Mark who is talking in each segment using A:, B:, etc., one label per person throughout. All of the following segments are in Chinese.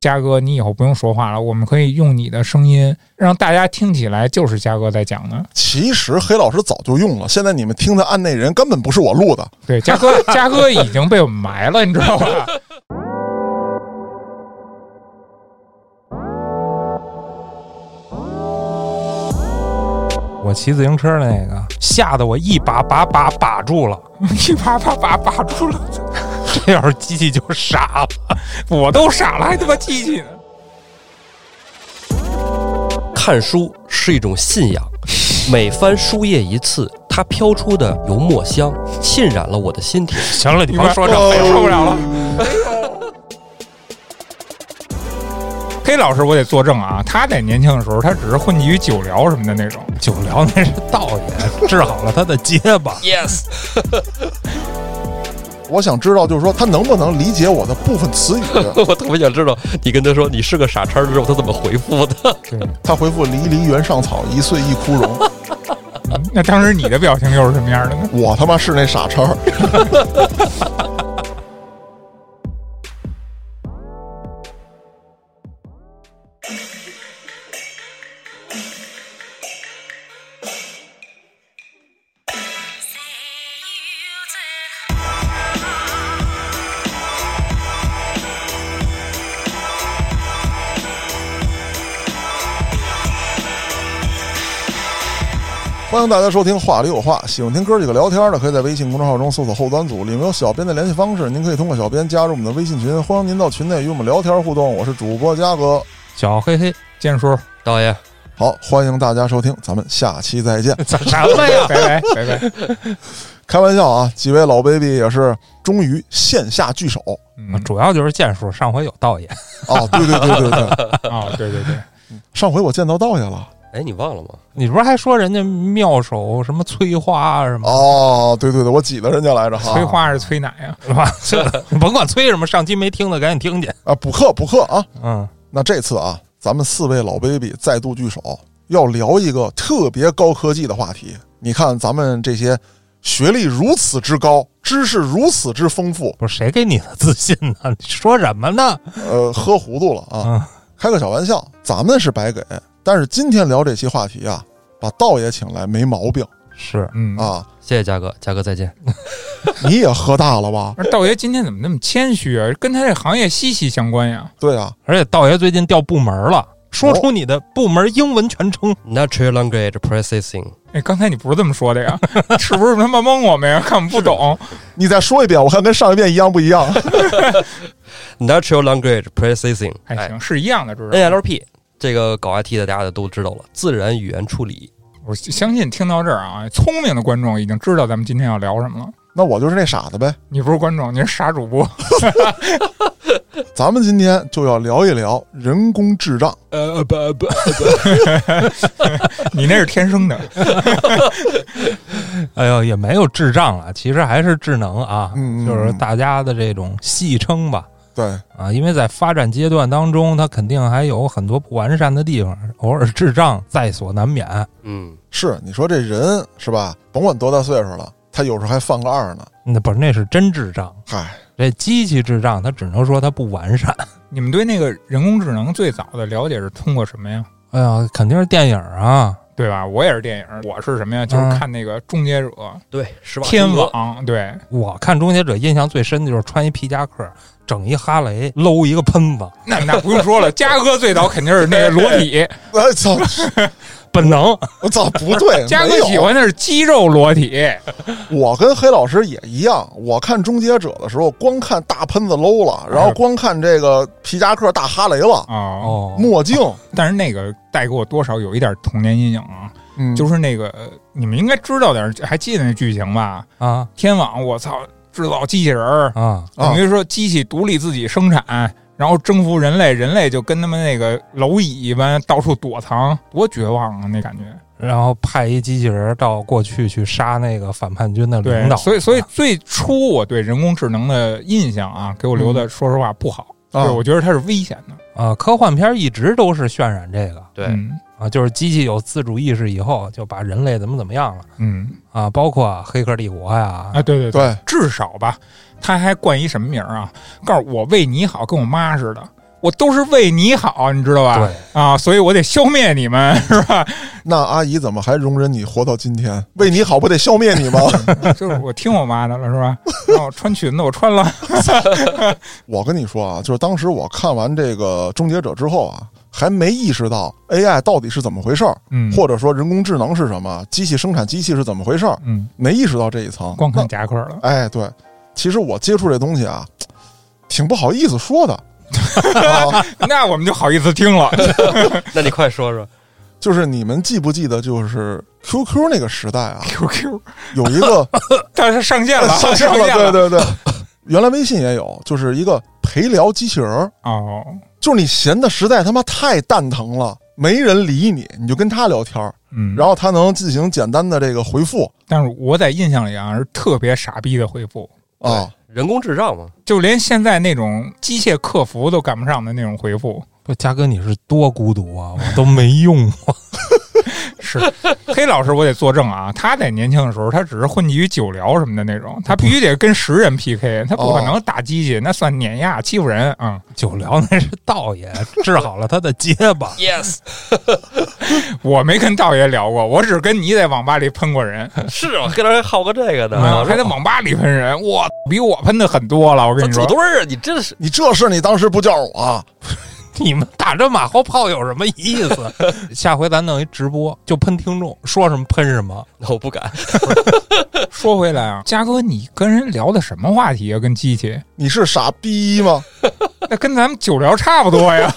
A: 嘉哥，你以后不用说话了，我们可以用你的声音让大家听起来就是嘉哥在讲的。
B: 其实黑老师早就用了，现在你们听的案内人根本不是我录的。
A: 对，嘉哥， 嘉哥已经被我们埋了，你知道吧？
C: 我骑自行车那个，吓得我一把把把把住了，
A: 一把把把把住了，
C: 这要是机器就傻了。
A: 我都傻了，还他妈机器呢？
D: 看书是一种信仰，每翻书页一次，它飘出的油墨香浸染了我的心田。，
C: 行了，你甭说这
A: 我
C: 废话。
A: 受不了了。 黑老师，我得作证啊，他在年轻的时候，他只是混迹于酒寮什么的那种。
C: 酒疗那是道爷治好了他的结巴
D: Yes，
B: 我想知道，就是说他能不能理解我的部分词语？
D: 我特别想知道你跟他说你是个傻叉之后，他怎么回复的？
B: 他回复“离离原上草，一岁一枯荣
A: 那当时你的表情又是什么样的呢”。？
B: 我他妈是那傻叉。欢迎大家收听《话里有话》，喜欢听哥几个聊天的，可以在微信公众号中搜索“后端组”，里面有小编的联系方式，您可以通过小编加入我们的微信群。欢迎您到群内与我们聊天互动。我是主播嘉哥，
C: 小黑黑，
A: 建叔，
D: 导演，
B: 好，欢迎大家收听，咱们下期再见。
C: 怎什么呀？
A: 拜拜拜 拜。
B: 开玩笑啊，几位老 baby 也是终于线下聚首
A: 嗯
C: 主要就是剑术，上回有道爷，
B: 啊！对对对对对，
A: 啊、对对对，
B: 上回我见到道爷了
D: 哎，你忘了吗？
C: 你不是还说人家妙手什么催花啊什么？
B: 哦，对对对，我挤得人家来着哈
A: 催花是催奶啊呀、
C: 是吧？这 甭管催什么，上期没听的赶紧听去。
B: 啊，补课补课啊！
C: 嗯，
B: 那这次啊，咱们四位老 baby 再度聚首，要聊一个特别高科技的话题。你看咱们这些学历如此之高，知识如此之丰富，
C: 不是谁给你的自信呢？你说什么呢？
B: 呃，喝糊涂了啊！
C: 嗯
B: 开个小玩笑，咱们是白给，但是今天聊这期话题啊，把道爷请来没毛病
C: 是
A: 嗯，
B: 啊！
D: 谢谢嘉哥，嘉哥再见。
B: 你也喝大了吧？
A: 而道爷今天怎么那么谦虚啊？跟他这行业息息相关呀。
B: 对啊，
C: 而且道爷最近调部门了，说出你的部门英文全称。
D: Natural language processing，
A: 哎，刚才你不是这么说的呀？ 是不是他妈蒙我们呀？看我们不懂。
B: 你再说一遍，我看跟上一遍一样不一样？
D: Natural Language Processing，
A: 还
D: 哎
A: 行，是一样的，知道吗？
D: ，NLP 这个搞 IT 的大家都知道了，自然语言处理。
A: 我相信听到这儿啊，聪明的观众已经知道咱们今天要聊什么了。
B: 那我就是那傻子呗。
A: 你不是观众，你是傻主播。
B: 咱们今天就要聊一聊人工智障。
C: 哦
D: 呃不不，
A: 你那是天生的，
C: 哎呦，也没有智障了，其实还是智能啊，
B: 嗯嗯
C: 就是大家的这种戏称吧。
B: 对，
C: 啊，因为在发展阶段当中，它肯定还有很多不完善的地方，偶尔智障在所难免。
D: 嗯，
B: 是你说这人是吧？甭管多大岁数了，他有时候还犯个二呢。
C: 那不是那是真智障，
B: 嗨，
C: 这机器智障，它只能说它不完善。
A: 你们对那个人工智能最早的了解是通过什么呀？
C: 哎呀，肯定是电影啊，
A: 对吧？我也是电影，我是什么呀？就是
C: 嗯
A: 看那个《终结者》
D: 对，施瓦
A: 天
D: 辛格，
A: 网，对，
C: 我看《终结者》印象最深的就是穿一皮夹克，整一哈雷，搂一个喷子，
A: 那那不用说了， 嘉哥最早肯定是那个 裸
C: 啊
A: 体，
B: 哎操，
C: 本能。
B: 我操，不对，
A: 嘉
B: 没
A: 哥喜
B: 有。
A: 欢的是肌肉裸体，
B: 我跟黑老师也一样，我看《终结者》的时候，光看大喷子搂了，然后光看这个皮夹克大哈雷了，
A: 哦，
C: 哦，
B: 墨镜，
A: 但是那个带给我多少有一点童年阴影啊，
B: 嗯，
A: 就是是那个呃你们应该知道点儿，还记得那剧情吧？
C: 啊
A: 天网，我操，制造机器人儿，
C: 啊，
B: 啊
A: 等于说机器独立自己生产，然后征服人类，人类就跟他们那个蝼蚁一般到处躲藏，多绝望啊！那感觉，
C: 然后派一机器人到过去去杀那个反叛军的领
A: 对，
C: 导，
A: 所以所以最初我对人工智能的印象啊，给我留的说实话不好，
B: 啊
A: 对，我觉得它是危险的，
C: 啊，科幻片一直都是渲染这个
D: 对，
A: 嗯
C: 啊，就是机器有自主意识以后，就把人类怎么怎么样了
A: 嗯
C: 啊，包括《黑客帝国》呀，
A: 啊，对对对，
B: 对，
A: 至少吧，他还冠一什么名儿啊？告诉我为你好，跟我妈似的。我都是为你好，你知道吧？
C: 对
A: 啊，所以我得消灭你们，是吧？
B: 那阿姨怎么还容忍你活到今天？为你好不得消灭你吗？
A: 就是我听我妈的了，是吧？让我穿裙子，我穿了。
B: 我跟你说啊，就是当时我看完这个《终结者》之后啊，还没意识到 AI 到底是怎么回事儿，
A: 嗯，
B: 或者说人工智能是什么，机器生产机器是怎么回事儿，
A: 嗯，
B: 没意识到这一层。
A: 光看夹克了
B: 那，哎，对，其实我接触这东西啊，挺不好意思 说的。啊、
A: 那我们就好意思听了。
D: 那你快说说，
B: 就是你们记不记得，就是 QQ 那个时代啊，
A: QQ，
B: 有一个
A: 但是上线了，
B: 上线
A: 了，
B: 了，对对对，原来微信也有，就是一个陪聊机器人儿，
A: 哦，
B: 就是你闲的实在他妈太蛋疼了，没人理你，你就跟他聊天儿，
A: 嗯，
B: 然后他能进行简单的这个回复
A: 但是我在印象里啊是特别傻逼的回复，
B: 啊。
D: 人工智障嘛，。
A: 就连现在那种机械客服都赶不上的那种回复。
C: 不，嘉哥你是多孤独啊，我都没用 过。
A: 是黑老师，我得作证啊，他在年轻的时候，他只是混迹于酒聊什么的那种，他必须得跟十人 PK，他不
B: 哦
A: 可能打机器，那算碾压欺负人啊、
C: 九聊那是道爷治好了他的结巴
D: Yes，
A: 我没跟道爷聊过，我只跟你在网吧里喷过人，
D: 是我跟人耗过这个呢，
A: 啊
D: 我说
A: 还在网吧里喷人，哇，比我喷的很多了，我跟
D: 我
A: 你
D: 组
A: 说。
D: 队儿啊，你真是
B: 你这事儿你当时不叫我啊？
C: 你们打这马后炮有什么意思？ 下回咱弄一直播，就喷听众，说什么喷什么。
D: 我不敢，
A: 说回来啊，嘉哥，你跟人聊的什么话题啊？跟机器？
B: 你是傻逼吗？
A: 那跟咱们酒聊差不多 呀，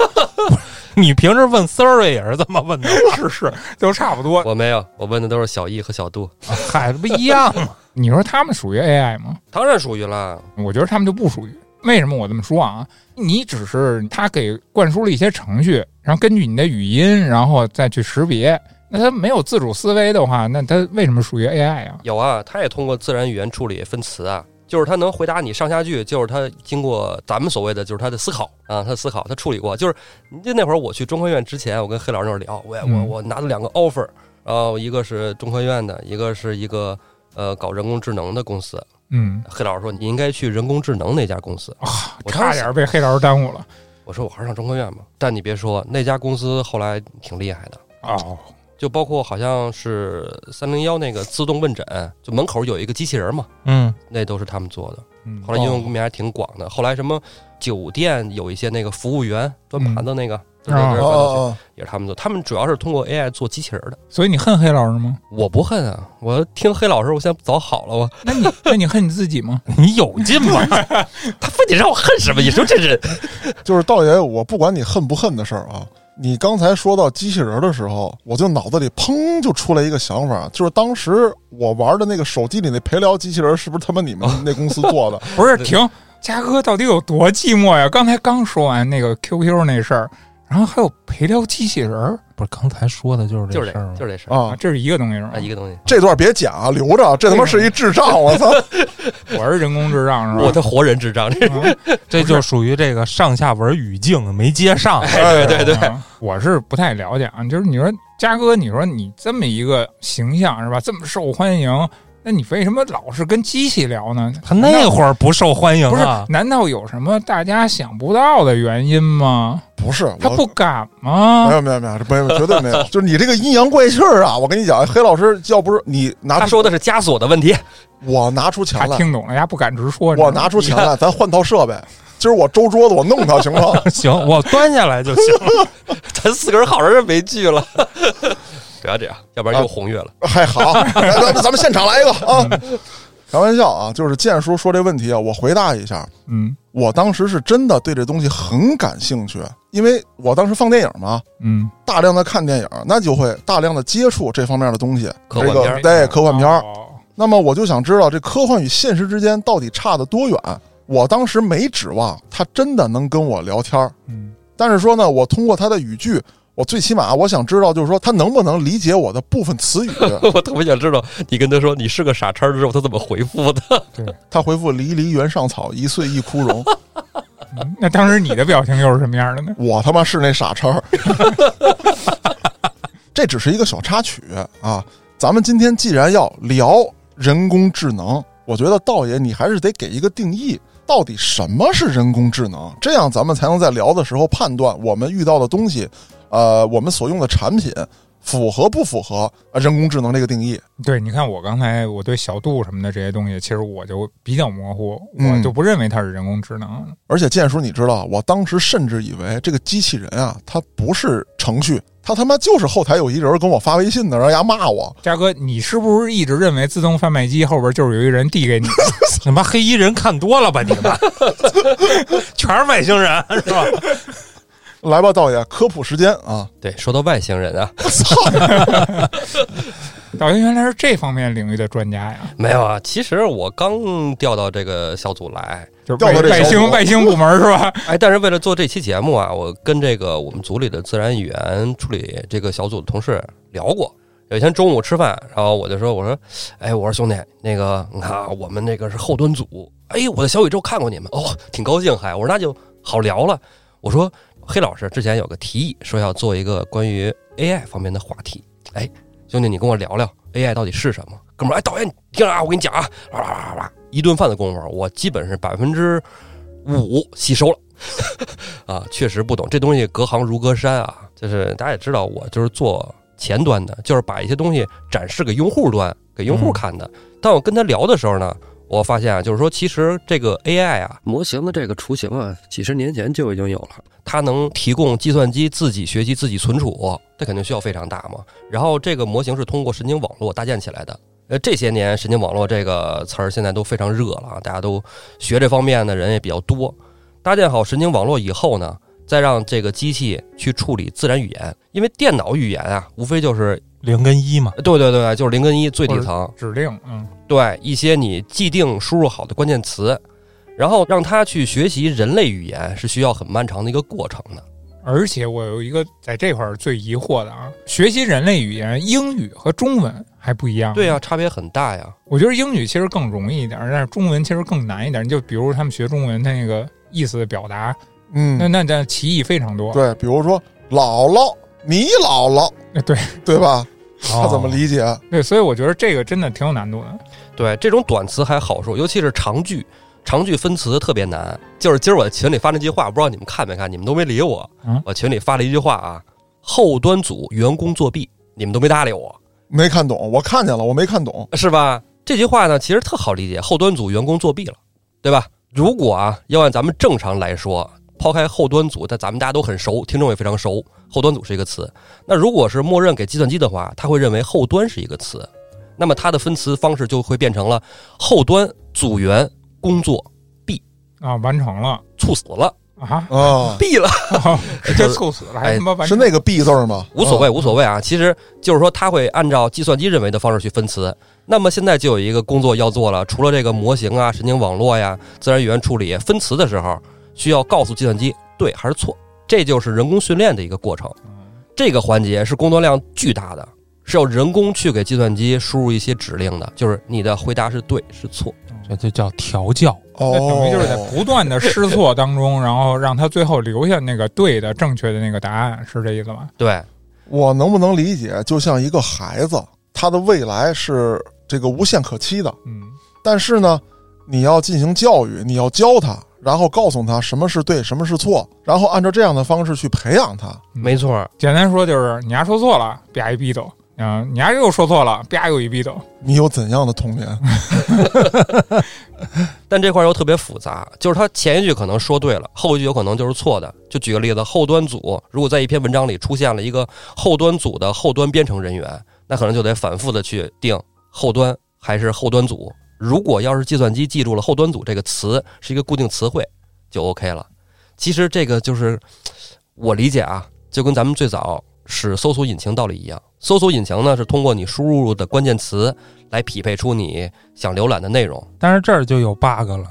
C: 你平时问 Siri 也是这么问的吧，
A: 是是，就差不多。
D: 我没有，我问的都是小易和小度，
C: 嗨，这不一样吗？
A: 你说他们属于 AI 吗？
D: 当然属于了，
A: 我觉得他们就不属于。为什么我这么说啊？你只是他给灌输了一些程序，然后根据你的语音，然后再去识别。那他没有自主思维的话，那他为什么属于 AI 啊？
D: 有啊，他也通过自然语言处理分词啊，就是他能回答你上下句，就是他经过咱们所谓的就是他的思考啊，他的思考他处理过，就是你就那会儿我去中科院之前，我跟黑老师那儿聊，我我
A: 嗯
D: 我拿了两个 offer，然后一个是中科院的，一个是一个呃搞人工智能的公司，
A: 嗯，
D: 黑老师说你应该去人工智能那家公司，我当
A: 差
D: 时
A: 点被黑老师耽误了。
D: 我说我还是上中科院吧，但你别说那家公司后来挺厉害的。
A: 哦，
D: 就包括好像是三零幺那个自动问诊，就门口有一个机器人嘛，
C: 嗯，
D: 那都是他们做的。
A: 嗯
D: 后来应用面还挺广的。后来什么酒店有一些那个服务员端盘子那个，就那
A: 哦
D: 边
B: 啊
D: 儿端过去
B: 啊啊！
D: 也是他们做。他们主要是通过 AI 做机器人的。
A: 所以你恨黑老师 吗？
D: 我不恨啊，我听黑老师，我现在早好了。我
A: 那你那你恨你自己吗？
C: 你有劲吗？
D: 他非得让我恨什么？你说这人
B: 就是道爷，我不管你恨不恨的事儿啊。你刚才说到机器人的时候，我就脑子里砰就出来一个想法，就是当时我玩的那个手机里那陪聊机器人，是不是他妈你们那公司做的？
A: 不是，
D: 对
A: 停，嘉哥到底有多寂寞呀？刚才刚说完那个 QQ 那事儿，然后还有陪聊机器人儿
C: 不是刚才说的就是
D: 就是
C: 这事
D: 这
C: 儿吗？，
D: 就是这事儿
A: 啊，
B: 啊，
A: 这是一个东西是吗
D: 啊，？一个东西。
B: 这段别剪啊，留着，这他妈是一智障！我操！
A: 我是人工智障是吧？
D: 我的活人智障， 这
A: 啊
C: 这就属于这个上下文语境没接上。
B: 哎，
D: 对对
A: 嗯我是不太了解啊。就是你说嘉哥，你说你这么一个形象是吧，这么受欢迎，那你为什么老是跟机器聊呢？
C: 他那
A: 儿
C: 会儿不受欢迎
A: 不是
C: 啊？，
A: 难道有什么大家想不到的原因吗？
B: 不是
A: 他
B: 我
A: 不敢吗
D: 啊
B: 没？有没有没有，这没有绝对没 有。就是你这个阴阳怪气儿啊！我跟你讲，黑老师要不是你拿
D: 他
B: 出
D: 说的是枷锁的问题。
B: 我拿出
A: 他
B: 钱来，
A: 听懂了，他不敢直说。
B: 我拿出钱来，咱换套设备。今儿我周桌子，我弄他行 吗？
C: 行，我端下来就行了。
D: 咱四个人好人没剧了，啊不要这样，要不然又红月了。
B: 还好，来咱们咱们现场来一个啊！
D: 嗯
B: 开玩笑啊，就是建叔说这问题啊，我回答一下。
A: 嗯
B: 我当时是真的对这东西很感兴趣，因为我当时放电影嘛，
A: 嗯，
B: 大量的看电影，那就会大量的接触这方面的东西，
D: 科幻
B: 这个
D: 片儿
B: 对科幻片儿。
A: 哦
B: 那么我就想知道这科幻与现实之间到底差得多远。我当时没指望他真的能跟我聊天儿，
A: 嗯
B: 但是说呢，我通过他的语句，我最起码我想知道，就是说他能不能理解我的部分词语。
D: 我特别想知道你跟他说你是个傻叉之后，他怎么回复的？
B: 他回复“离离原上草，一岁一枯荣。？
A: 嗯那当时你的表情又是什么样的呢”
B: 我他妈是那傻叉儿。 这只是一个小插曲啊！咱们今天既然要聊人工智能，我觉得道爷你还是得给一个定义。到底什么是人工智能，这样咱们才能在聊的时候判断我们遇到的东西，呃，我们所用的产品符合不符合呃人工智能这个定义。
A: 对，你看我刚才我对小度什么的这些东西，其实我就比较模糊，
B: 嗯
A: 我就不认为它是人工智能。
B: 而且建叔，你知道，我当时甚至以为这个机器人啊，它不是程序，它他妈就是后台有一人跟我发微信呢，让人家骂我。
A: 嘉哥，你是不是一直认为自动贩卖机后边就是有一人递给 你？
C: 你妈黑衣人看多了吧？你们 全是外星人是吧？
B: 来吧，道爷，科普时间啊！
D: 对，说到外星人啊，
B: 我操，
A: 导哦演原来是这方面领域的专家呀，
D: 没有啊，其实我刚调到这个小组来，
A: 就是外
B: 要不这
A: 外
B: 小
A: 星
B: 组
A: 外星部门是吧？
D: 哎，但是为了做这期节目啊，我跟这个我们组里的自然语言处理这个小组的同事聊过。有一天中午吃饭，然后我就说：“我说，哎，我说兄弟，那个你看啊，我们那个是后端组，哎，我在小宇宙看过你们，哦，挺高兴，还我说那就好聊了。我说黑老师之前有个提议，说要做一个关于 AI 方面的话题，哎，兄弟你跟我聊聊 AI 到底是什么？哥们儿，哎，导演你听着啊，我跟你讲啊，哇哇哇哇，一顿饭的功夫，我基本是百分之五吸收了。” 啊，确实不懂这东西，隔行如隔山啊。就是大家也知道，我就是做前端的，就是把一些东西展示给用户端，给用
E: 嗯
D: 户看的。当我跟他聊的时候呢，我发现啊，就是说，其实这个 AI 啊，
E: 模型的这个雏形啊，几十年前就已经有了。
D: 它能提供计算机自己学习、自己存储，这肯定需要非常大嘛。然后这个模型是通过神经网络搭建起来的。呃，这些年神经网络这个词儿现在都非常热了啊，大家都学这方面的人也比较多。搭建好神经网络以后呢，再让这个机器去处理自然语言，因为电脑语言啊，无非就是
C: 零跟一嘛，
D: 对对对，就是零跟一最底层，
A: 指令，嗯，
D: 对一些你既定输入好的关键词，然后让它去学习人类语言是需要很漫长的一个过程的。
A: 而且我有一个在这块儿最疑惑的啊，学习人类语言，英语和中文还不一样。
D: 对啊，差别很大呀。
A: 我觉得英语其实更容易一点，但是中文其实更难一点。你就比如他们学中文，他那个意思的表达，那
B: 嗯，
A: 那那歧义非常多。
B: 对，比如说姥姥，你姥姥，
A: 对对
B: 对吧？他
C: 哦
B: 怎么理解？
A: 对，所以我觉得这个真的挺有难度的。
D: 对，这种短词还好说，尤其是长句，长句分词特别难。就是今儿我群里发那句话，不知道你们看没看，你们都没理我。
A: 嗯
D: 我群里发了一句话啊，后端组员工作弊，你们都没搭理我，
B: 没看懂，我看见了，我没看懂。
D: 是吧？这句话呢，其实特好理解，后端组员工作弊了，对吧？如果啊，要按咱们正常来说，抛开后端组，但咱们大家都很熟，听众也非常熟，后端组是一个词。那如果是默认给计算机的话，它会认为后端是一个词，那么它的分词方式就会变成了后端组员工作
A: 啊，完成了
D: 猝死了，
A: 啊，
B: 啊，
D: 毙了，
A: 这猝死了，还
D: 哎
A: 他妈完
B: 是
A: 成
B: 那个 B 字儿吗？
D: 无所谓，无所谓啊。其实就是说，它会按照计算机认为的方式去分词。那么现在就有一个工作要做了，除了这个模型啊、神经网络呀、自然语言处理分词的时候，需要告诉计算机对还是错，这就是人工训练的一个过程。这个环节是工作量巨大的，是要人工去给计算机输入一些指令的，就是你的回答是对是错。
A: 嗯
C: 这就叫调教。
B: 哦，
A: 那等于就是在不断的试错当中，然后让他最后留下那个对的、正确的那个答案，是这意思吧？
D: 对，
B: 我能不能理解，就像一个孩子，他的未来是这个无限可期的，
A: 嗯，
B: 但是呢，你要进行教育，你要教他，然后告诉他什么是对，什么是错，然后按照这样的方式去培养他。
D: 没错儿。
A: 简单说就是你丫说错了，啪一逼斗。啊！你丫又说错了，啪又一逼斗。
B: 你有怎样的童年？
D: 但这块儿又特别复杂，就是他前一句可能说对了，后一句有可能就是错的。就举个例子，后端组如果在一篇文章里出现了一个后端组的后端编程人员，那可能就得反复的去定后端还是后端组。如果要是计算机记住了后端组这个词是一个固定词汇，就 OK 了。其实这个就是我理解啊，就跟咱们最早使搜索引擎道理一样，搜索引擎呢是通过你输入的关键词来匹配出你想浏览的内容。
C: 但是这儿就有 bug 了，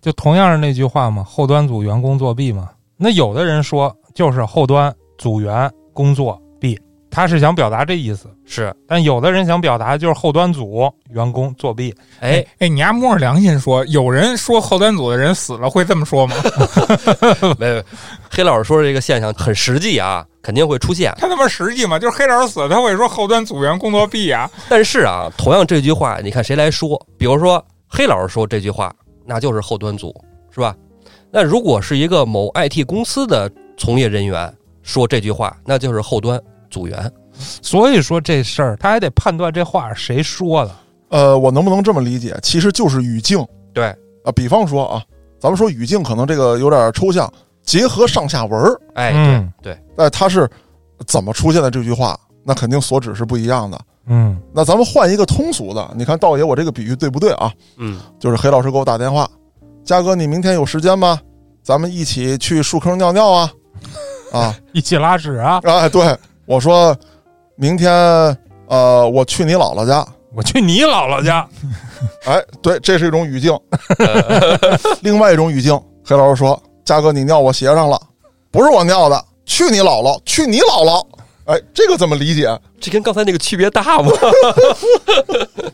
C: 就同样是那句话嘛，后端组员工作弊嘛。那有的人说就是后端组员工作弊，他是想表达这意思，
D: 是，
C: 但有的人想表达就是后端组员工作弊，
D: 哎，
A: 哎，你丫摸着良心说，有人说后端组的人死了会这么说吗？
D: 没有，黑老师说这个现象很实际啊，肯定会出现。
A: 他他妈实际嘛，就是黑老师死了，他会说后端组员工作弊啊。
D: 但是啊，同样这句话，你看谁来说？比如说黑老师说这句话，那就是后端组是吧？那如果是一个某 IT 公司的从业人员说这句话，那就是后端组员。
C: 所以说这事儿他还得判断这话是谁说的。
B: 呃，我能不能这么理解？其实就是语境啊、
D: 对，
B: 比方说啊，咱们说语境可能这个有点抽象，结合上下文儿，
D: 哎，
C: 嗯
D: 对对，
B: 那它是怎么出现的这句话？那肯定所指是不一样的。
C: 嗯，
B: 那咱们换一个通俗的，你看道爷我这个比喻对不对啊？
D: 嗯，
B: 就是黑老师给我打电话，嘉哥，你明天有时间吗？咱们一起去树坑尿尿啊！ 啊，
C: 一起拉屎啊！
B: 哎，对我说，明天呃，我去你姥姥家。
C: 我去你姥姥 家，
B: 哎，对，这是一种语境。 另外一种语境，黑老师说：“嘉哥，你尿我鞋上了，不是我尿的，去你姥姥，去你姥姥。”哎，这个怎么理解？
D: 这跟刚才那个区别大吗？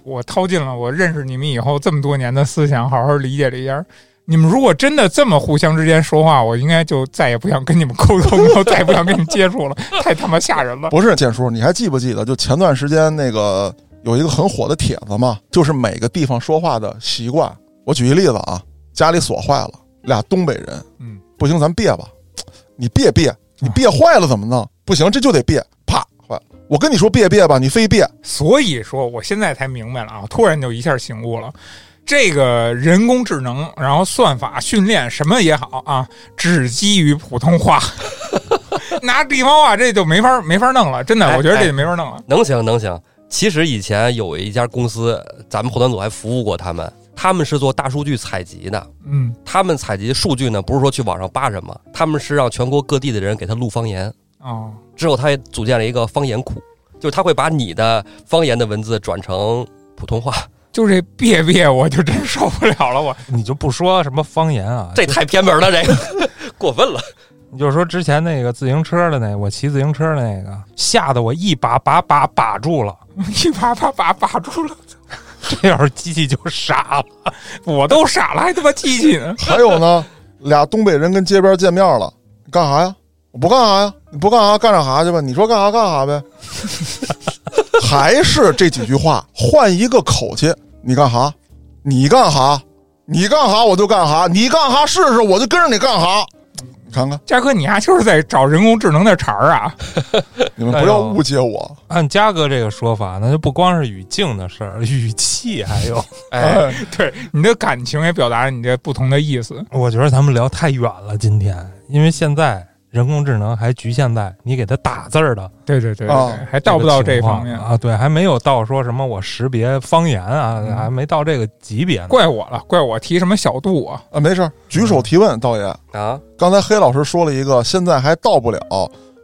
A: 我掏尽了我认识你们以后这么多年的思想，好好理解了一下。你们如果真的这么互相之间说话，我应该就再也不想跟你们沟通，以后 再也不想跟你们接触了，太他妈吓人了。
B: 不是，建叔，你还记不记得？就前段时间那个有一个很火的帖子嘛，就是每个地方说话的习惯。我举一例子啊，家里锁坏了，俩东北人，
A: 嗯，
B: 不行，咱别吧，你别别，你别坏了怎么弄？不行，这就得别，啪坏了。我跟你说别别吧，你非别，
A: 所以说，我现在才明白了啊，突然就一下醒悟了。这个人工智能，然后算法训练什么也好啊，只基于普通话， 拿地方话这就没法没法弄了。真的，
D: 哎
A: 我觉得这
D: 哎
A: 就没法弄了。
D: 能行能行。其实以前有一家公司，咱们后端组还服务过他们，他们是做大数据采集的。
A: 嗯，
D: 他们采集数据呢，不是说去网上扒什么，他们是让全国各地的人给他录方言，
A: 哦，
D: 之后他也组建了一个方言库，就是他会把你的方言的文字转成普通话，
A: 就这别别，我就真受不了了。我
C: 你就不说什么方言啊？
D: 这太偏门了，这个 过分了。
C: 你就说之前那个自行车的那，我骑自行车的那个，吓得我一把把把把住了。
A: 一把把把把住了，
C: 这要是机器就傻了。
A: 我都傻了，还他妈机器 呢。
B: 还有呢，俩东北人跟街边见面了，你干啥呀？我不干啥呀，你不干啥干啥去吧？你说干啥干啥呗。还是这几句话，换一个口气，你干啥？你干啥？你干啥我就干啥，你干啥试试，我就跟着你干啥。你看看，
A: 嘉哥，你丫、就是在找人工智能的茬儿啊！
B: 你们不要误解我。
C: 按嘉哥这个说法，那就不光是语境的事儿，语气还 有。
D: 哎，
A: 对，你的感情也表达了你的不同的意思。
C: 我觉得咱们聊太远了，今天，因为现在人工智能还局限在你给它打字儿的
A: 对对对对对，
B: 哦
A: 还到不到
C: 这
A: 这
C: 个情况
A: 方面？
C: 啊？对，还没有到说什么我识别方言啊，
A: 嗯
C: 还没到这个级别呢。
A: 怪我了，怪我提什么小度啊？
B: 啊，没事儿，举手提问，道爷。
D: 啊，
B: 刚才黑老师说了一个，现在还到不了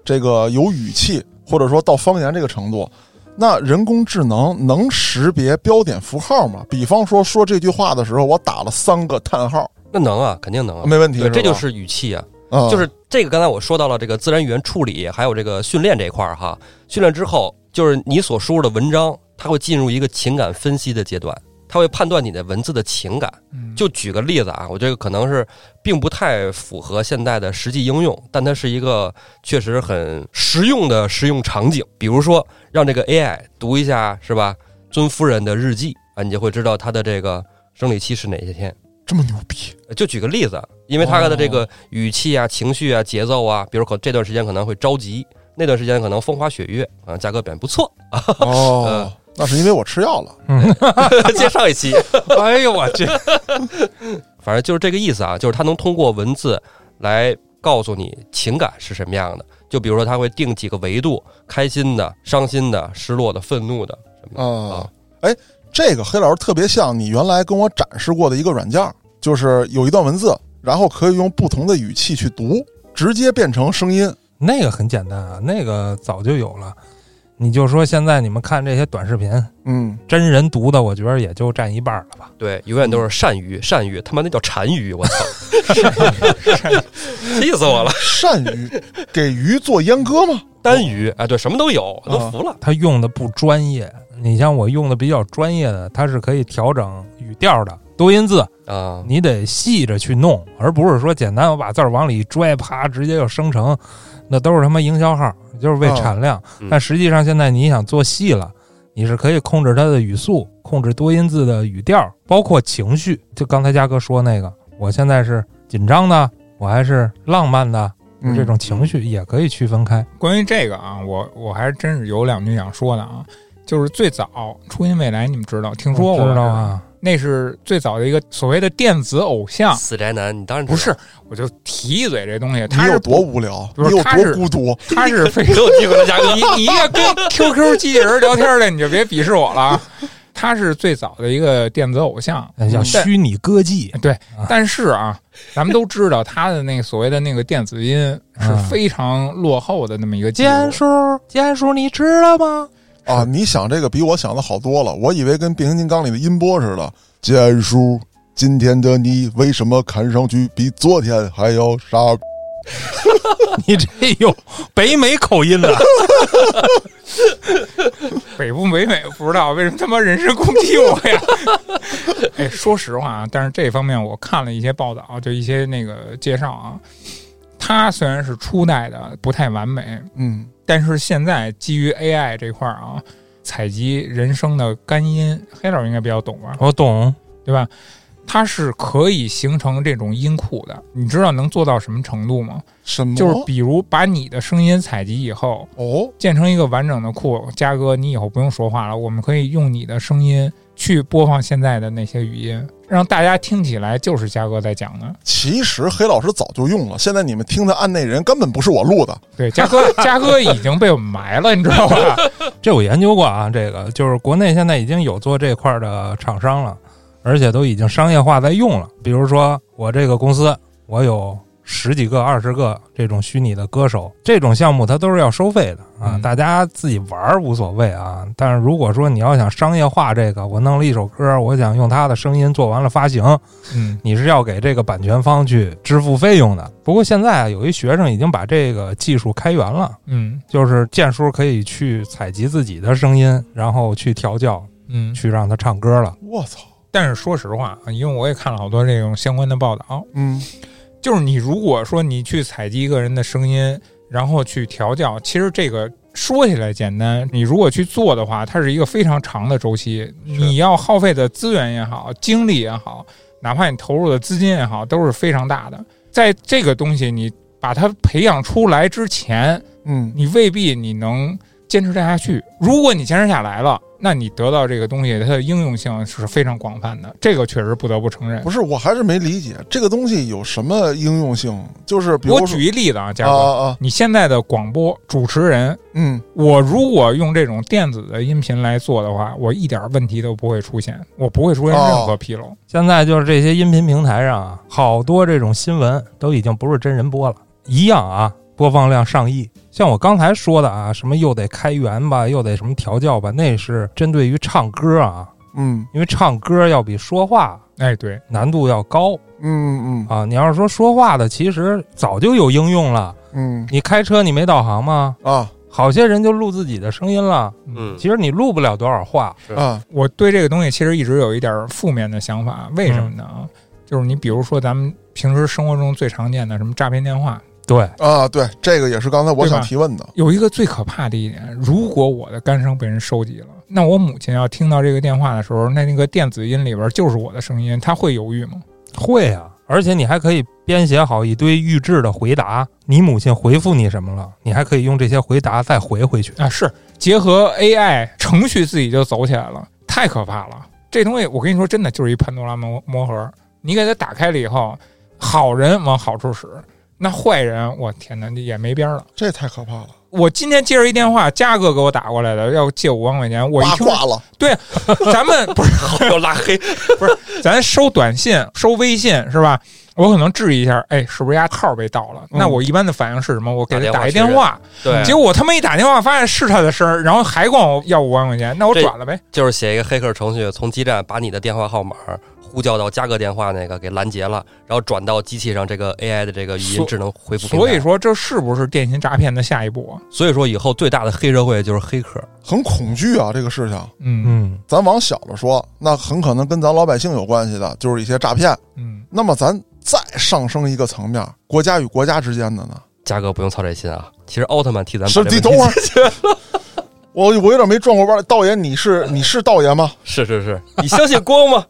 B: 这个有语气或者说到方言这个程度。那人工智能能识别标点符号吗？比方说说这句话的时候，我打了三个叹号，
D: 那能啊，肯定能啊，
B: 没问题
D: 对，
B: 吧
D: 这就是语气啊，
B: 嗯
D: 就是这个。刚才我说到了这个自然语言处理，还有这个训练这一块儿哈。训练之后，就是你所输入的文章，它会进入一个情感分析的阶段，它会判断你的文字的情感。
A: 嗯
D: 就举个例子啊，我这个可能是并不太符合现在的实际应用，但它是一个确实很实用的实用场景。比如说，让这个 AI 读一下是吧，尊夫人的日记啊，你就会知道她的这个生理期是哪些天。
B: 这么牛 逼，
D: 就举个例子，因为他的这个语气啊、情绪啊、节奏啊，比如可这段时间可能会着急，那段时间可能风花雪月啊，价格表现不错。
B: 哦，那是因为我吃药了。
D: 接上一期，
C: 哎呦我去！
D: 反正就是这个意思啊，就是他能通过文字来告诉你情感是什么样的。就比如说，他会定几个维度：开心的、伤心的、失落的、愤怒的什么 的
B: 啊，哎，这个黑老师特别像你原来跟我展示过的一个软件儿，就是有一段文字，然后可以用不同的语气去读，直接变成声音。
C: 那个很简单啊，那个早就有了。你就说现在你们看这些短视频，
B: 嗯，
C: 真人读的，我觉得也就占一半儿了吧。
D: 对，永远都是善于善于，他妈那叫单于，我操，气死我了！
B: 鳝鱼给鱼做阉割吗？
D: 单于啊，对，什么都有，我都服了。
C: 他用的不专业，你像我用的比较专业的，它是可以调整语调的。多音字
D: 啊，
C: 你得细着去弄，而不是说简单我把字儿往里一拽，啪直接就生成，那都是他妈营销号，就是为产量。
D: 嗯
C: 但实际上现在你想做细了，你是可以控制它的语速，控制多音字的语调，包括情绪。就刚才嘉哥说那个，我现在是紧张的，我还是浪漫的，
B: 嗯
C: 这种情绪也可以区分开。
A: 关于这个啊，我我还真是有两句想说的啊，就是最早初音未来，你们知道，听说
C: 我
A: 过吧
C: 知道？啊，
A: 那是嗯最早的一个所谓的电子偶像，
D: 死宅男，你当然知
A: 啊不
D: 道
A: 是，我就提一嘴这东西，
B: 你
A: 他
B: 有
A: 是
B: 多无聊，
A: 不
B: 你
A: 是
B: 有
A: 他是
B: 多孤独，
A: 他是非
D: 没有机会了，嘉哥。
A: 你你一个跟 QQ 机器人聊天的，你就别鄙视我了啊。他是最早的一个电子偶像，
C: 那哎叫
A: 但
C: 虚拟歌姬，
A: 对，但是啊，咱们都知道他的那个所谓的那个电子音是
C: 嗯
A: 非常落后的那么一个技术
C: 坚叔，坚叔，你知道吗？
B: 啊！你想这个比我想的好多了，我以为跟变形金刚里的音波似的。剑叔，今天的你为什么看上去比昨天还要傻？
C: 你这有北美口音啊了，
A: 北不北美不知道为什么他妈人身攻击我呀？ 哎，说实话啊，但是这方面我看了一些报道，就一些那个介绍啊，他虽然是初代的不太完美，
B: 嗯，
A: 但是现在基于 AI 这块儿啊，采集人声的干音，黑老师应该比较懂吧，
C: 我懂。
A: 对吧？它是可以形成这种音库的，你知道能做到什么程度吗？
B: 什么？
A: 就是比如把你的声音采集以后，
B: 哦，
A: 建成一个完整的库，嘉哥，你以后不用说话了，我们可以用你的声音去播放现在的那些语音，让大家听起来就是嘉哥在讲的。
B: 其实黑老师早就用了，现在你们听的案内人根本不是我录的。
A: 对，嘉哥，嘉哥已经被我们埋了，你知道吧？
C: 这我研究过啊，这个就是国内现在已经有做这块儿的厂商了，而且都已经商业化在用了。比如说我这个公司，我有十几个、二十个这种虚拟的歌手，这种项目它都是要收费的啊，
A: 嗯
C: 大家自己玩儿无所谓啊。但是如果说你要想商业化这个，我弄了一首歌，我想用它的声音做完了发行，
A: 嗯，
C: 你是要给这个版权方去支付费用的。不过现在啊，有一学生已经把这个技术开源了。
A: 嗯
C: 就是建叔可以去采集自己的声音，然后去调教，
A: 嗯，
C: 去让他唱歌了。
B: 我操，
A: 但是说实话，啊，因为我也看了好多这种相关的报道，
B: 嗯，
A: 就是你如果说你去采集一个人的声音，然后去调教，其实这个说起来简单，你如果去做的话，它是一个非常长的周期，你要耗费的资源也好，精力也好，哪怕你投入的资金也好，都是非常大的。在这个东西你把它培养出来之前，
B: 嗯，
A: 你未必你能坚持得下去。如果你坚持下来了，那你得到这个东西它的应用性是非常广泛的，这个确实不得不承认
B: 不。是，我还是没理解这个东西有什么应用性。就是比如
A: 我
B: 说
A: 举一例子啊，嘉
B: 啊
A: 哥，
B: 啊啊，
A: 你现在的广播主持人，
B: 嗯，
A: 我如果用这种电子的音频来做的话，我一点问题都不会出现，我不会出现任何纰漏。
B: 哦
C: 现在就是这些音频平台上啊，好多这种新闻都已经不是真人播了，一样啊，播放量上亿。像我刚才说的啊，什么又得开源吧，又得什么调教吧，那是针对于唱歌啊，
B: 嗯
C: 因为唱歌要比说话
A: 哎，对，
C: 难度要高
B: 嗯嗯
C: 啊。你要是说说话的，其实早就有应用了。
B: 嗯
C: 你开车你没导航吗？
B: 啊
C: 好些人就录自己的声音了。
D: 嗯，
C: 其实你录不了多少话，
B: 啊，
A: 我对这个东西其实一直有一点负面的想法，为什么呢？
B: 嗯
A: 啊，就是你比如说咱们平时生活中最常见的什么诈骗电话，
C: 对，
B: 啊，对，这个也是刚才我
A: 对吧
B: 想提问的。
A: 有一个最可怕的一点，如果我的干声被人收集了，那我母亲要听到这个电话的时候，那那个电子音里边就是我的声音，她会犹豫吗？
C: 会啊，而且你还可以编写好一堆预制的回答，你母亲回复你什么了，你还可以用这些回答再回回去。
A: 啊，是结合 AI 程序自己就走起来了，太可怕了。这东西我跟你说，真的就是一潘多拉魔魔盒。你给它打开了以后，好人往好处使，那坏人，我天哪，也没边儿了。
B: 这太可怕了，
A: 我今天接着一电话，嘉哥给我打过来的，要借五万块钱。我一
B: 八
A: 听，
B: 卦了，
A: 咱们不是
D: 好 又拉黑，
A: 咱收短信、收微信是吧？我可能质疑一下，哎，是不是家号被盗了？那
B: 嗯
A: 我一般的反应是什么？我给他
D: 打
A: 打一
D: 电
A: 电
D: 话哎
A: 话，
D: 对，
A: 结果我他妈一打电话发现是他的声儿，然后还管我要五万块钱，那我
D: 这
A: 转了呗。
D: 就是写一个黑客程序，从基站把你的电话号码呼叫到嘉哥电话那个给拦截了，然后转到机器上这个 AI 的这个语音
A: 所
D: 智能回复平台。
A: 所以，说，这是不是电信诈骗的下一步啊？
D: 所以说以后最大的黑社会就是黑客。
B: 很恐惧啊，这个事情。
A: 嗯
C: 嗯，
B: 咱往小了说，那很可能跟咱老百姓有关系的，就是一些诈骗。
A: 嗯，
B: 那么咱再上升一个层面，国家与国家之间的呢？
D: 嘉哥不用操这心啊，其实奥特曼替咱
B: 是，
D: 把
B: 你
D: 这
B: 等会
D: 问
B: 儿
D: 题，
B: 我我有点没转过弯儿。道爷，你是你是道爷吗？
D: 是是是，你相信光吗？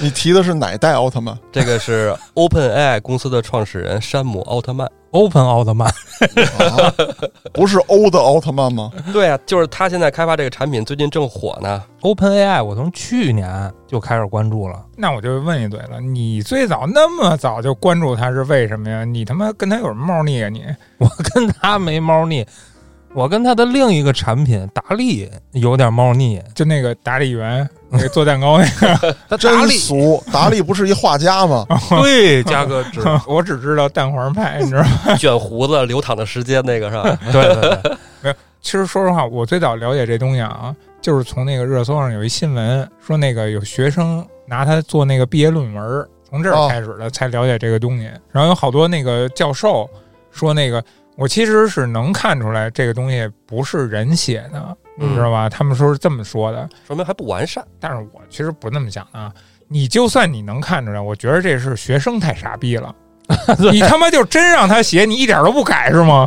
B: 你提的是哪代奥特曼？
D: 这个是 OpenAI 公司的创始人山姆奥特曼。
C: Open 奥特曼，
B: 啊、不是欧的奥特曼吗？
D: 对啊，就是他现在开发这个产品，最近正火呢。
C: Open AI，我从去年就开始关注了。
A: 那我就问一嘴了，你最早那么早就关注他是为什么呀？你他妈跟他有什么猫腻啊你？
C: 我跟他没猫腻，我跟他的另一个产品达利有点猫腻。
A: 就那个打理员，那个做蛋糕那个，
C: 他达
B: 真
C: 利
B: 俗！达利不是一画家吗？
C: 对，嘉哥知道，
A: 我只知道蛋黄派，你知道吗？
D: 卷胡子、流淌的时间那个是吧？
C: 对对对，
A: 其实说实话，我最早了解这东西啊，就是从那个热搜上有一新闻说，那个有学生拿它做那个毕业论文儿，从这儿
B: 哦
A: 开始的才了解这个东西。然后有好多那个教授说，那个我其实是能看出来这个东西不是人写的，你知道吧？他们说是这么说的，
D: 说明还不完善。
A: 但是我其实不那么想啊。你就算你能看出来，我觉得这是学生太傻逼了。你他妈就真让他写，你一点都不改是吗？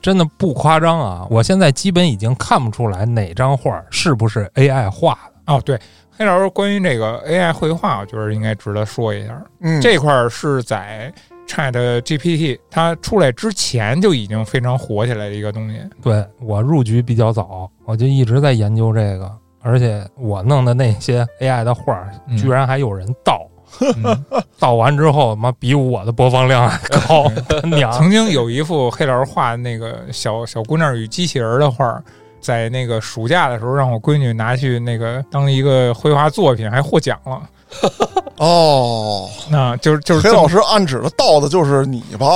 C: 真的不夸张啊！我现在基本已经看不出来哪张画是不是 AI 画的。
A: 哦，对，黑老师，关于这个 AI 绘画，我觉得应该值得说一下。
B: 嗯，
A: 这块儿是在 Chat GPT 它出来之前就已经非常火起来的一个东西。
C: 对我入局比较早，我就一直在研究这个，而且我弄的那些 AI 的画，
A: 嗯
C: 居然还有人盗，
A: 嗯
C: 盗完之后，妈比我的播放量还高，他娘！
A: 曾经有一幅黑老师画的那个小小姑娘与机器人儿的画儿，在那个暑假的时候让我闺女拿去那个当一个绘画作品，还获奖了。
B: 哦，
A: 那就是就是
B: 黑
A: 这么
B: 老师暗指的盗的就是你吧？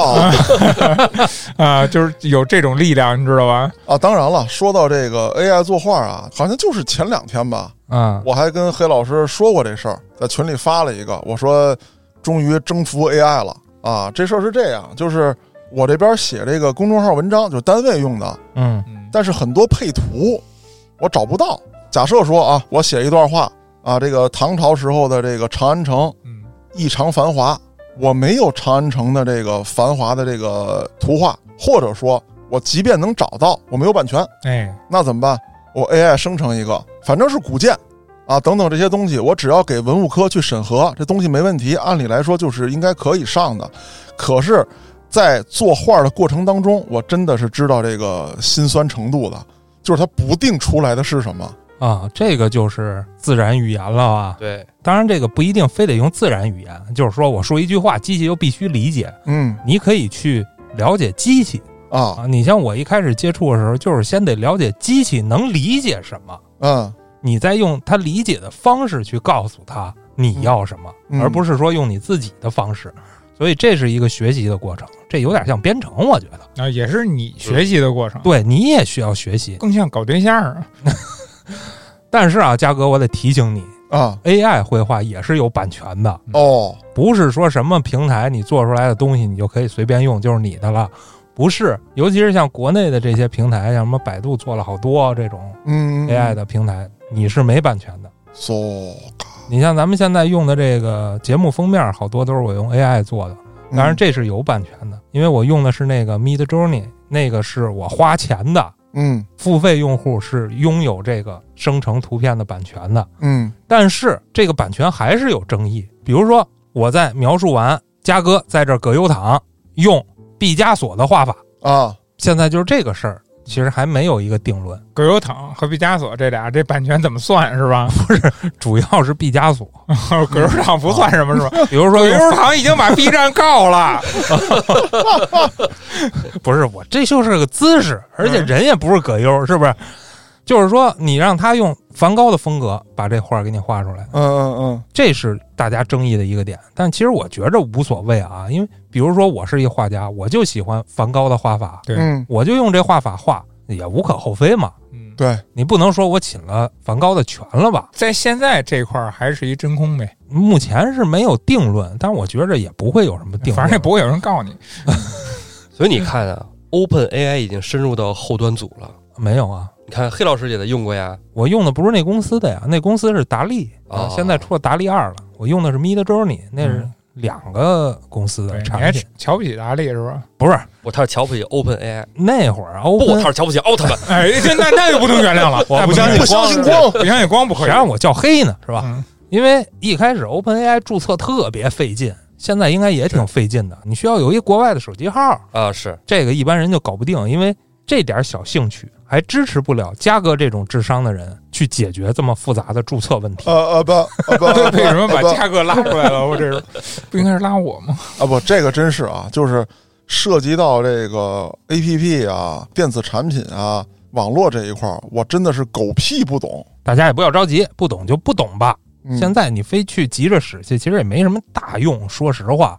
A: 啊、就是有这种力量，你知道吧？
B: 啊，当然了，说到这个 AI 作画啊，好像就是前两天吧，
C: 嗯，
B: 我还跟黑老师说过这事儿，在群里发了一个，我说终于征服 AI 了啊！这事儿是这样，就是我这边写这个公众号文章，就是单位用的，
C: 嗯
A: 嗯，
B: 但是很多配图我找不到。假设说啊，我写一段话啊，这个唐朝时候的这个长安城
A: 嗯
B: 异常繁华，我没有长安城的这个繁华的这个图画，或者说，我即便能找到，我没有版权，
A: 哎，
B: 那怎么办？我 AI 生成一个，反正是古建啊等等这些东西，我只要给文物科去审核，这东西没问题，按理来说就是应该可以上的。可是，在作画的过程当中，我真的是知道这个心酸程度的，就是它不定出来的是什么。
C: 啊，这个就是自然语言了啊。
D: 对，
C: 当然，这个不一定非得用自然语言，就是说我说一句话，机器就必须理解。
B: 嗯
C: 你可以去了解机器
B: 啊
C: 啊。你像我一开始接触的时候，就是先得了解机器能理解什么，
B: 嗯
C: 你再用他理解的方式去告诉他你要什么，
B: 嗯
C: 而不是说用你自己的方式。所以这是一个学习的过程，这有点像编程，我觉得。
B: 啊
A: 那、也是你学习的过程，
C: 对你也需要学习，
A: 更像搞对象儿啊。
C: 但是啊，嘉哥，我得提醒你
B: 啊
C: ，AI 绘画也是有版权的，
B: 哦
C: 不是说什么平台你做出来的东西你就可以随便用，就是你的了。不是，尤其是像国内的这些平台，像什么百度做了好多这种
B: 嗯
C: AI 的平台，你是没版权的。
B: so
C: 你像咱们现在用的这个节目封面，好多都是我用 AI 做的，
B: 嗯
C: 当然这是有版权的，因为我用的是那个 Mid Journey，那个是我花钱的，
B: 嗯
C: 付费用户是拥有这个生成图片的版权的。
B: 嗯
C: 但是这个版权还是有争议。比如说，我在描述完嘉哥在这儿葛优躺用毕加索的画法，
B: 啊
C: 现在就是这个事儿，其实还没有一个定论，
A: 葛优躺和毕加索这俩这版权怎么算是 吧？
C: 主要是毕加索。
A: 葛优躺不算什么是吧？
C: 比如说
A: 葛
C: 用
A: 优
C: 法，
A: 躺已经把 B 站告了，
C: 不是我，这就是个姿势，而且
A: 嗯
C: 人也不是葛优，是不是？就是说，你让他用梵高的风格把这画给你画出来，
B: 嗯嗯嗯
C: 这是大家争议的一个点。但其实我觉着无所谓啊，因为比如说我是一画家，我就喜欢梵高的画法，
A: 对
B: 嗯
C: 我就用这画法画，也无可厚非嘛。
A: 嗯，
B: 对
C: 你不能说我侵了梵高的权了吧？
A: 在现在这块儿还是一真空呗，
C: 目前是没有定论，但我觉着也不会有什么定论。
A: 反正也不会有人告你。
D: 所以你看啊，Open AI 已经深入到后端组了。
C: 没有啊，
D: 你看黑老师也在用过呀，
C: 我用的不是那公司的呀，那公司是达利啊，
D: 哦
C: 现在出了达利二了。我用的是 Mid Journey，那是
A: 嗯
C: 两个公司
A: 对
C: 的
A: 你还
C: 产品，
A: 瞧不起达利是吧？
C: 不是
D: 我他是瞧不起 Open AI，
C: 那会儿
D: 不，
C: Open，
D: 他是瞧不起奥特曼。
A: 哎，这那那就不能原谅了，
C: 我
A: 那
C: 不
A: 不
C: 相
A: 能
C: 信
A: 原谅
B: 不相信光
A: 不相信光不可
C: 谁
A: 以。
C: 让我叫黑呢？是吧？
A: 嗯
C: 因为一开始 OpenAI 注册特别费劲，现在应该也挺费劲的。你需要有一国外的手机号，
D: 啊，是
C: 这个一般人就搞不定，因为这点小兴趣还支持不了嘉哥这种智商的人去解决这么复杂的注册问题。
B: 呃呃不 呃不呃不
A: 为什么把
B: 呃不
A: 价格拉出来了？我这是 不应该是拉我吗？
B: 啊不，这个真是啊，就是涉及到这个 A P P 啊、电子产品啊、网络这一块儿，我真的是狗屁不懂。
C: 大家也不要着急，不懂就不懂吧。
B: 嗯、
C: 现在你非去急着使去，其实也没什么大用。说实话，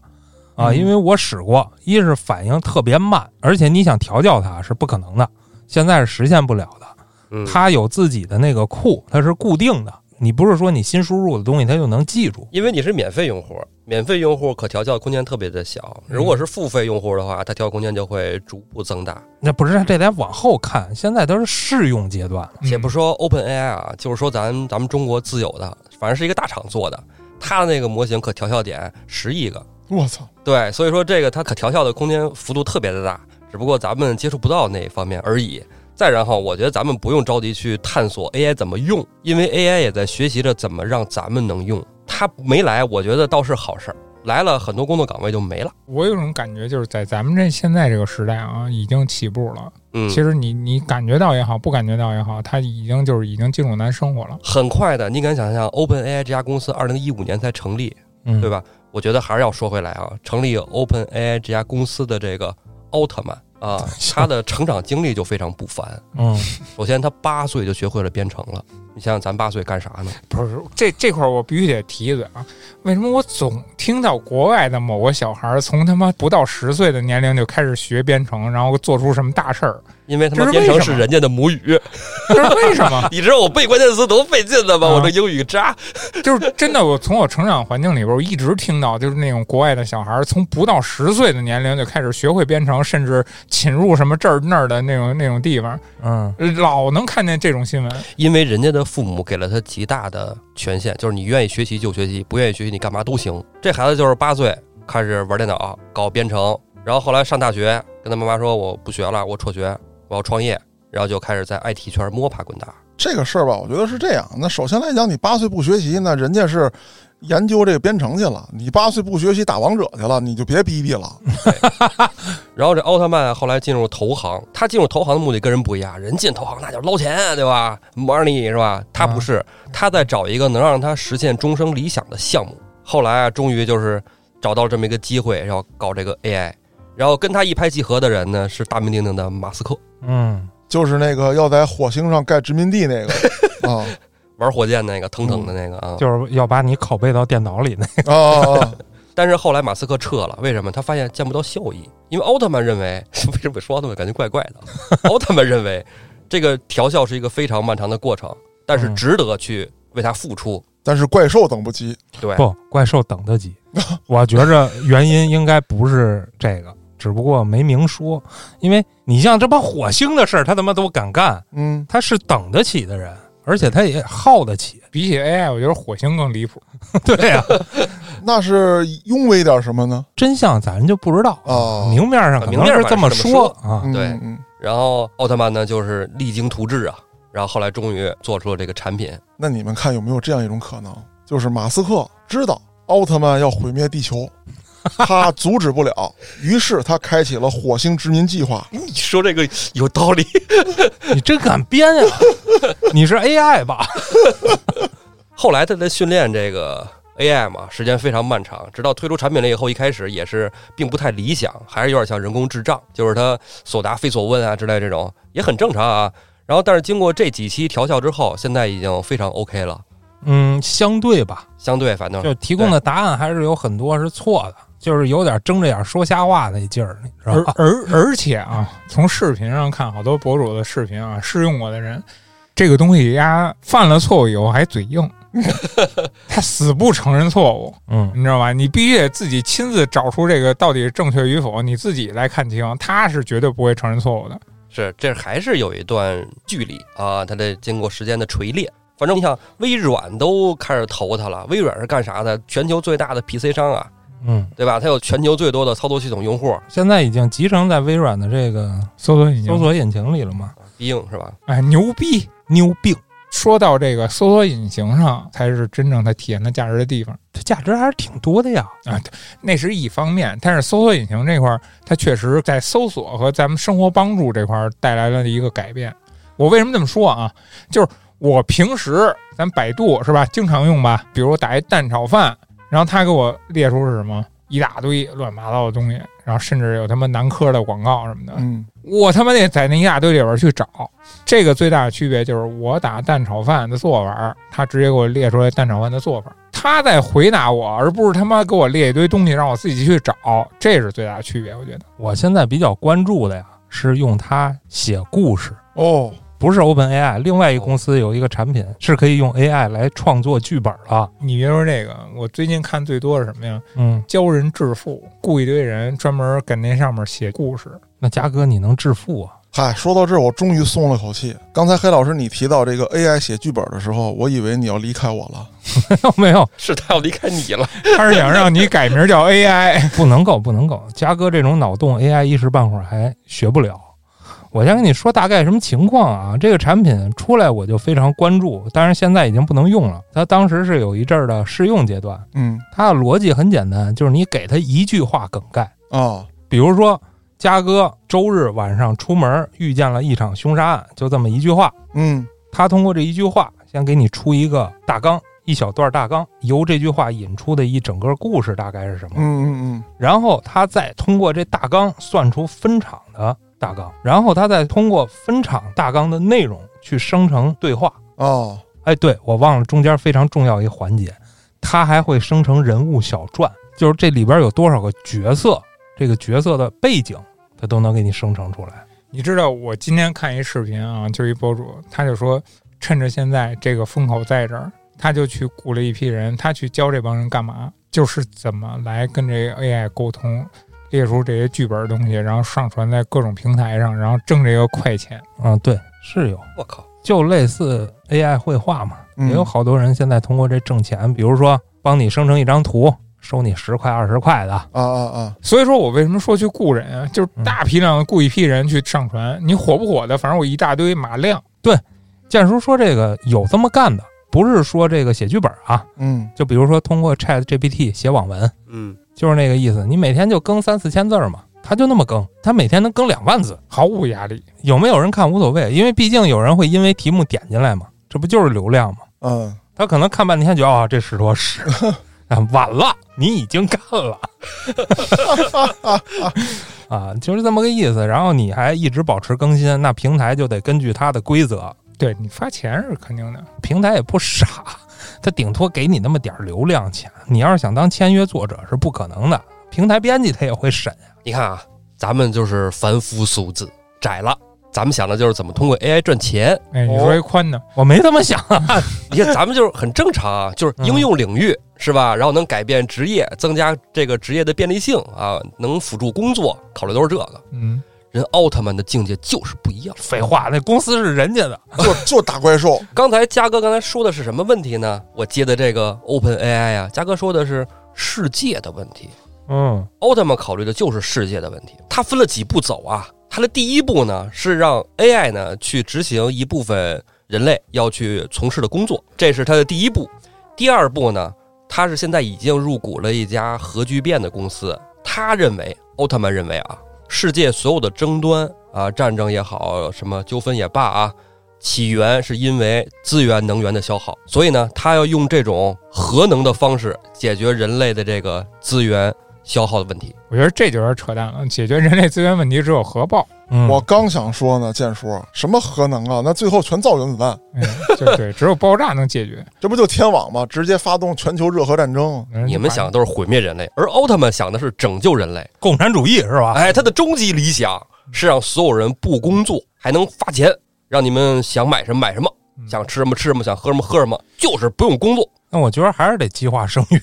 C: 啊，
A: 嗯
C: 因为我使过，一是反应特别慢，而且你想调教它是不可能的，现在是实现不了的。
D: 嗯，
C: 它有自己的那个库，它是固定的，你不是说你新输入的东西它就能记住。
D: 因为你是免费用户，免费用户可调教空间特别的小。如果是付费用户的话，它调空间就会逐步增大。
C: 那不是，这得往后看，现在都是试用阶段了。
A: 嗯
D: 且不说 OpenAI 啊，就是说咱咱们中国自有的，反正是一个大厂做的，它的那个模型可调校点十亿个，
B: 我操，
D: 对，所以说这个它可调校的空间幅度特别的大，只不过咱们接触不到那一方面而已。再然后，我觉得咱们不用着急去探索 AI 怎么用，因为 AI 也在学习着怎么让咱们能用。它没来，我觉得倒是好事儿，来了很多工作岗位就没了。
A: 我有种感觉，就是在咱们这现在这个时代啊，已经起步了。
D: 嗯，
A: 其实你你感觉到也好，不感觉到也好，它已经就是已经进入咱生活了。
D: 很快的，你敢想象 OpenAI 这家公司二零一五年才成立，
C: 嗯，
D: 对吧？我觉得还是要说回来啊，成立 OpenAI 这家公司的这个奥特曼
A: 哎
D: 啊，他的成长经历就非常不凡。
C: 嗯，
D: 首先，他八岁就学会了编程了。你想想，咱八岁干啥呢？
A: 不是这这块儿我必须得提一嘴啊，为什么我总听到国外的某个小孩儿从他妈不到十岁的年龄就开始学编程，然后做出什么大事儿？
D: 因为他妈
A: 这是
D: 编程
A: 为什
D: 是
A: 么
D: 人家的母语。
A: 这是为什么？
D: 你知道我背关键词多费劲的吗？
A: 啊
D: 我这英语渣。
A: 就是真的，我从我成长环境里边，我一直听到就是那种国外的小孩儿从不到十岁的年龄就开始学会编程，甚至侵入什么这儿那儿的那种那种地方，
C: 嗯，
A: 老能看见这种新闻。
D: 因为人家的父母给了他极大的权限，就是你愿意学习就学习，不愿意学习你干嘛都行。这孩子就是八岁开始玩电脑、搞编程，然后后来上大学，跟他妈妈说我不学了，我辍学，我要创业，然后就开始在 IT 圈摸爬滚打。
B: 这个事儿吧，我觉得是这样。那首先来讲，你八岁不学习，那人家是研究这个编程去了；你八岁不学习打王者去了，你就别逼逼了。
D: 然后这奥特曼后来进入投行，他进入投行的目的跟人不一样，人进投行那就是捞钱，对吧？money 是吧？他不是，他在找一个能让他实现终生理想的项目。后来啊，终于就是找到这么一个机会，要搞这个 AI。然后跟他一拍即合的人呢，是大名鼎鼎的马斯克，
C: 嗯，
B: 就是那个要在火星上盖殖民地 那个啊
D: 玩火箭那个腾腾的那个啊。
C: 就是要把你拷贝到电脑里那
B: 啊啊啊！
D: 但是后来马斯克撤了，为什么？他发现见不到效益，因为奥特曼认为， 为什么说奥特曼感觉怪怪的？ 奥特曼认为，这个调校是一个非常漫长的过程，但是
C: 嗯
D: 值得去为它付出。
B: 但是怪兽等不及，
D: 对，
C: 不，怪兽等得 及。我觉着原因应该不是这个，只不过没明说。因为你像这帮火星的事儿，他他妈都敢干，
B: 嗯，
C: 他是等得起的人，而且他也耗得起。
A: 比起 AI，我觉得火星更离谱。
C: 对啊呀、
B: 那是因为点什么呢？
C: 真相咱就不知道，
B: 哦
C: 啊明面上可能是这么说啊。
B: 嗯
D: 对
B: 嗯，
D: 然后奥特曼呢，就是励精图治啊，然后后来终于做出了这个产品。
B: 那你们看有没有这样一种可能，就是马斯克知道奥特曼要毁灭地球，他阻止不了，于是他开启了火星殖民计划。
D: 你说这个有道理。
C: 你真敢编 呀、你是 AI 吧？
D: 后来他在训练这个 AI 嘛，时间非常漫长，直到推出产品了以后，一开始也是并不太理想，还是有点像人工智障，就是他所答非所问啊之类这种，也很正常啊。然后，但是经过这几期调校之后，现在已经非常 OK 了，
C: 嗯，相对吧，
D: 相对反正
C: 就提供的答案还是有很多是错的，就是有点睁着眼说瞎话那劲儿，你知
A: 而
C: 道吧？
A: 而而且啊，从视频上看，好多博主的视频啊，试用过的人，这个东西呀，犯了错误以后还嘴 硬，他死不承认错误，
C: 嗯，
A: 你知道吧？你必须得自己亲自找出这个到底正确与否，你自己来看清，他是绝对不会承认错误的。
D: 是这还是有一段距离啊，它得经过时间的锤炼。反正你想，微软都开始投它了，微软是干啥的？全球最大的 PC 商啊，
C: 嗯，
D: 对吧？它有全球最多的操作系统用户，
C: 现在已经集成在微软的这个
A: 搜索引擎，
C: 搜索引擎里了嘛？
D: 毕竟是吧？
A: 哎，牛逼！
C: 妞病，
A: 说到这个搜索引擎上，才是真正它体现它价值的地方。
C: 它价值还是挺多的呀。
A: 那是一方面，但是搜索引擎这块儿，它确实在搜索和咱们生活帮助这块儿带来了一个改变。我为什么这么说啊？就是我平时咱百度是吧，经常用吧，比如我打一蛋炒饭，然后它给我列出是什么一大堆乱七八糟的东西，然后甚至有他妈南科的广告什么的，
B: 嗯，
A: 我他妈得在那一大堆里边去找。这个最大的区别就是，我打蛋炒饭的做法，他直接给我列出来蛋炒饭的做法，他在回答我，而不是他妈给我列一堆东西让我自己去找，这是最大的区别，我觉得。
C: 我现在比较关注的呀，是用它写故事，
B: 哦，
C: 不是 Open AI。另外一公司有一个产品是可以用 AI 来创作剧本了。
A: 你别说这个，我最近看最多是什么呀？
C: 嗯，
A: 教人致富，雇一堆人专门给那上面写故事。
C: 那嘉哥你能致富啊？
B: 嗨，说到这儿，我终于松了口气。刚才黑老师你提到这个 AI 写剧本的时候，我以为你要离开我了。
C: 没有没有，
D: 是他要离开你了，
A: 他是想让你改名叫 AI，
C: 不能够，不能够。嘉哥这种脑洞 AI 一时半会儿还学不了。我先跟你说大概什么情况啊？这个产品出来我就非常关注，但是现在已经不能用了。它当时是有一阵儿的试用阶段，
B: 嗯
C: 它的逻辑很简单，就是你给它一句话梗概，
B: 啊，
C: 比如说嘉哥周日晚上出门遇见了一场凶杀案，就这么一句话，
B: 嗯
C: 他通过这一句话先给你出一个大纲，一小段大纲，由这句话引出的一整个故事大概是什么
B: 嗯。嗯
C: 然后他再通过这大纲算出分场的大纲，然后他再通过分场大纲的内容去生成对话。
B: 嗯啊，
C: 哎，对我忘了中间非常重要一环节，他还会生成人物小传，就是这里边有多少个角色，这个角色的背景，他都能给你生成出来。
A: 你知道我今天看一视频啊，就是一博主，他就说，趁着现在这个风口在这儿，他就去雇了一批人，他去教这帮人干嘛，就是怎么来跟这个 AI 沟通，列出这些剧本的东西，然后上传在各种平台上，然后挣这个快钱。
C: 嗯，对，是有，
D: 我靠，
C: 就类似 AI 绘画嘛，
B: 嗯
C: 也有好多人现在通过这挣钱，比如说帮你生成一张图，收你十块二十块的。
B: 啊啊啊，
A: 所以说我为什么说去雇人啊，就是
C: 嗯
A: 大批量的雇一批人去上传，你火不火的，反正我一大堆马量。
C: 建叔说这个有这么干的，不是说这个写剧本啊，
B: 嗯
C: 就比如说通过 Chat GPT 写网文，
D: 嗯，
C: 就是那个意思。你每天就更三四千字儿嘛，他就那么更，他每天能更两万字，
A: 毫无压力，
C: 有没有人看无所谓，因为毕竟有人会因为题目点进来嘛，这不就是流量嘛？
B: 嗯，
C: 他可能看半天觉得啊、这是坨屎，啊晚了，你已经干了， 啊，就是这么个意思。然后你还一直保持更新，那平台就得根据它的规则
A: 对你发钱是肯定的。
C: 平台也不傻， 他顶多给你那么点儿流量钱。你要是想当签约作者是不可能的，平台编辑他也会审。
D: 你看啊，咱们就是凡夫俗子，窄了。咱们想的就是怎么通过 AI 赚钱。
A: 哎，你说一宽的，
C: 我没这么想 啊，
D: 你看，咱们就是很正常啊，就是应用领域是吧？然后能改变职业，增加这个职业的便利性啊，能辅助工作，考虑都是这个。
A: 嗯，
D: 人奥特曼的境界就是不一样。
C: 废话，那公司是人家的，
B: 就就打怪兽，
D: 刚才嘉哥刚才说的是什么问题呢？我接的这个 Open AI 啊，嘉哥说的是世界的问题。
C: 嗯，
D: 奥特曼考虑的就是世界的问题。他分了几步走啊？他的第一步呢是让 AI 呢去执行一部分人类要去从事的工作，这是他的第一步。第二步呢，他是现在已经入股了一家核聚变的公司。他认为，奥特曼认为啊，世界所有的争端啊，战争也好，什么纠纷也罢啊，起源是因为资源能源的消耗，所以呢，他要用这种核能的方式解决人类的这个资源消耗的问题。
A: 我觉得这就有点扯淡了。解决人类资源问题只有核爆。
C: 嗯
B: 我刚想说呢，建叔什么核能啊，那最后全造原子弹，
A: 嗯，就对，只有爆炸能解决。
B: 这不就天网吗？直接发动全球热核战争，
C: 哎
A: 嗯
D: 你们想的都是毁灭人类，而奥特曼想的是拯救人类。
C: 共产主义是吧？
D: 哎，他的终极理想是让所有人不工作还能发钱，让你们想买什么买什么，
A: 嗯
D: 想吃什么吃什么，想喝什么喝什么，就是不用工作。
C: 那我觉得还是得计划生育。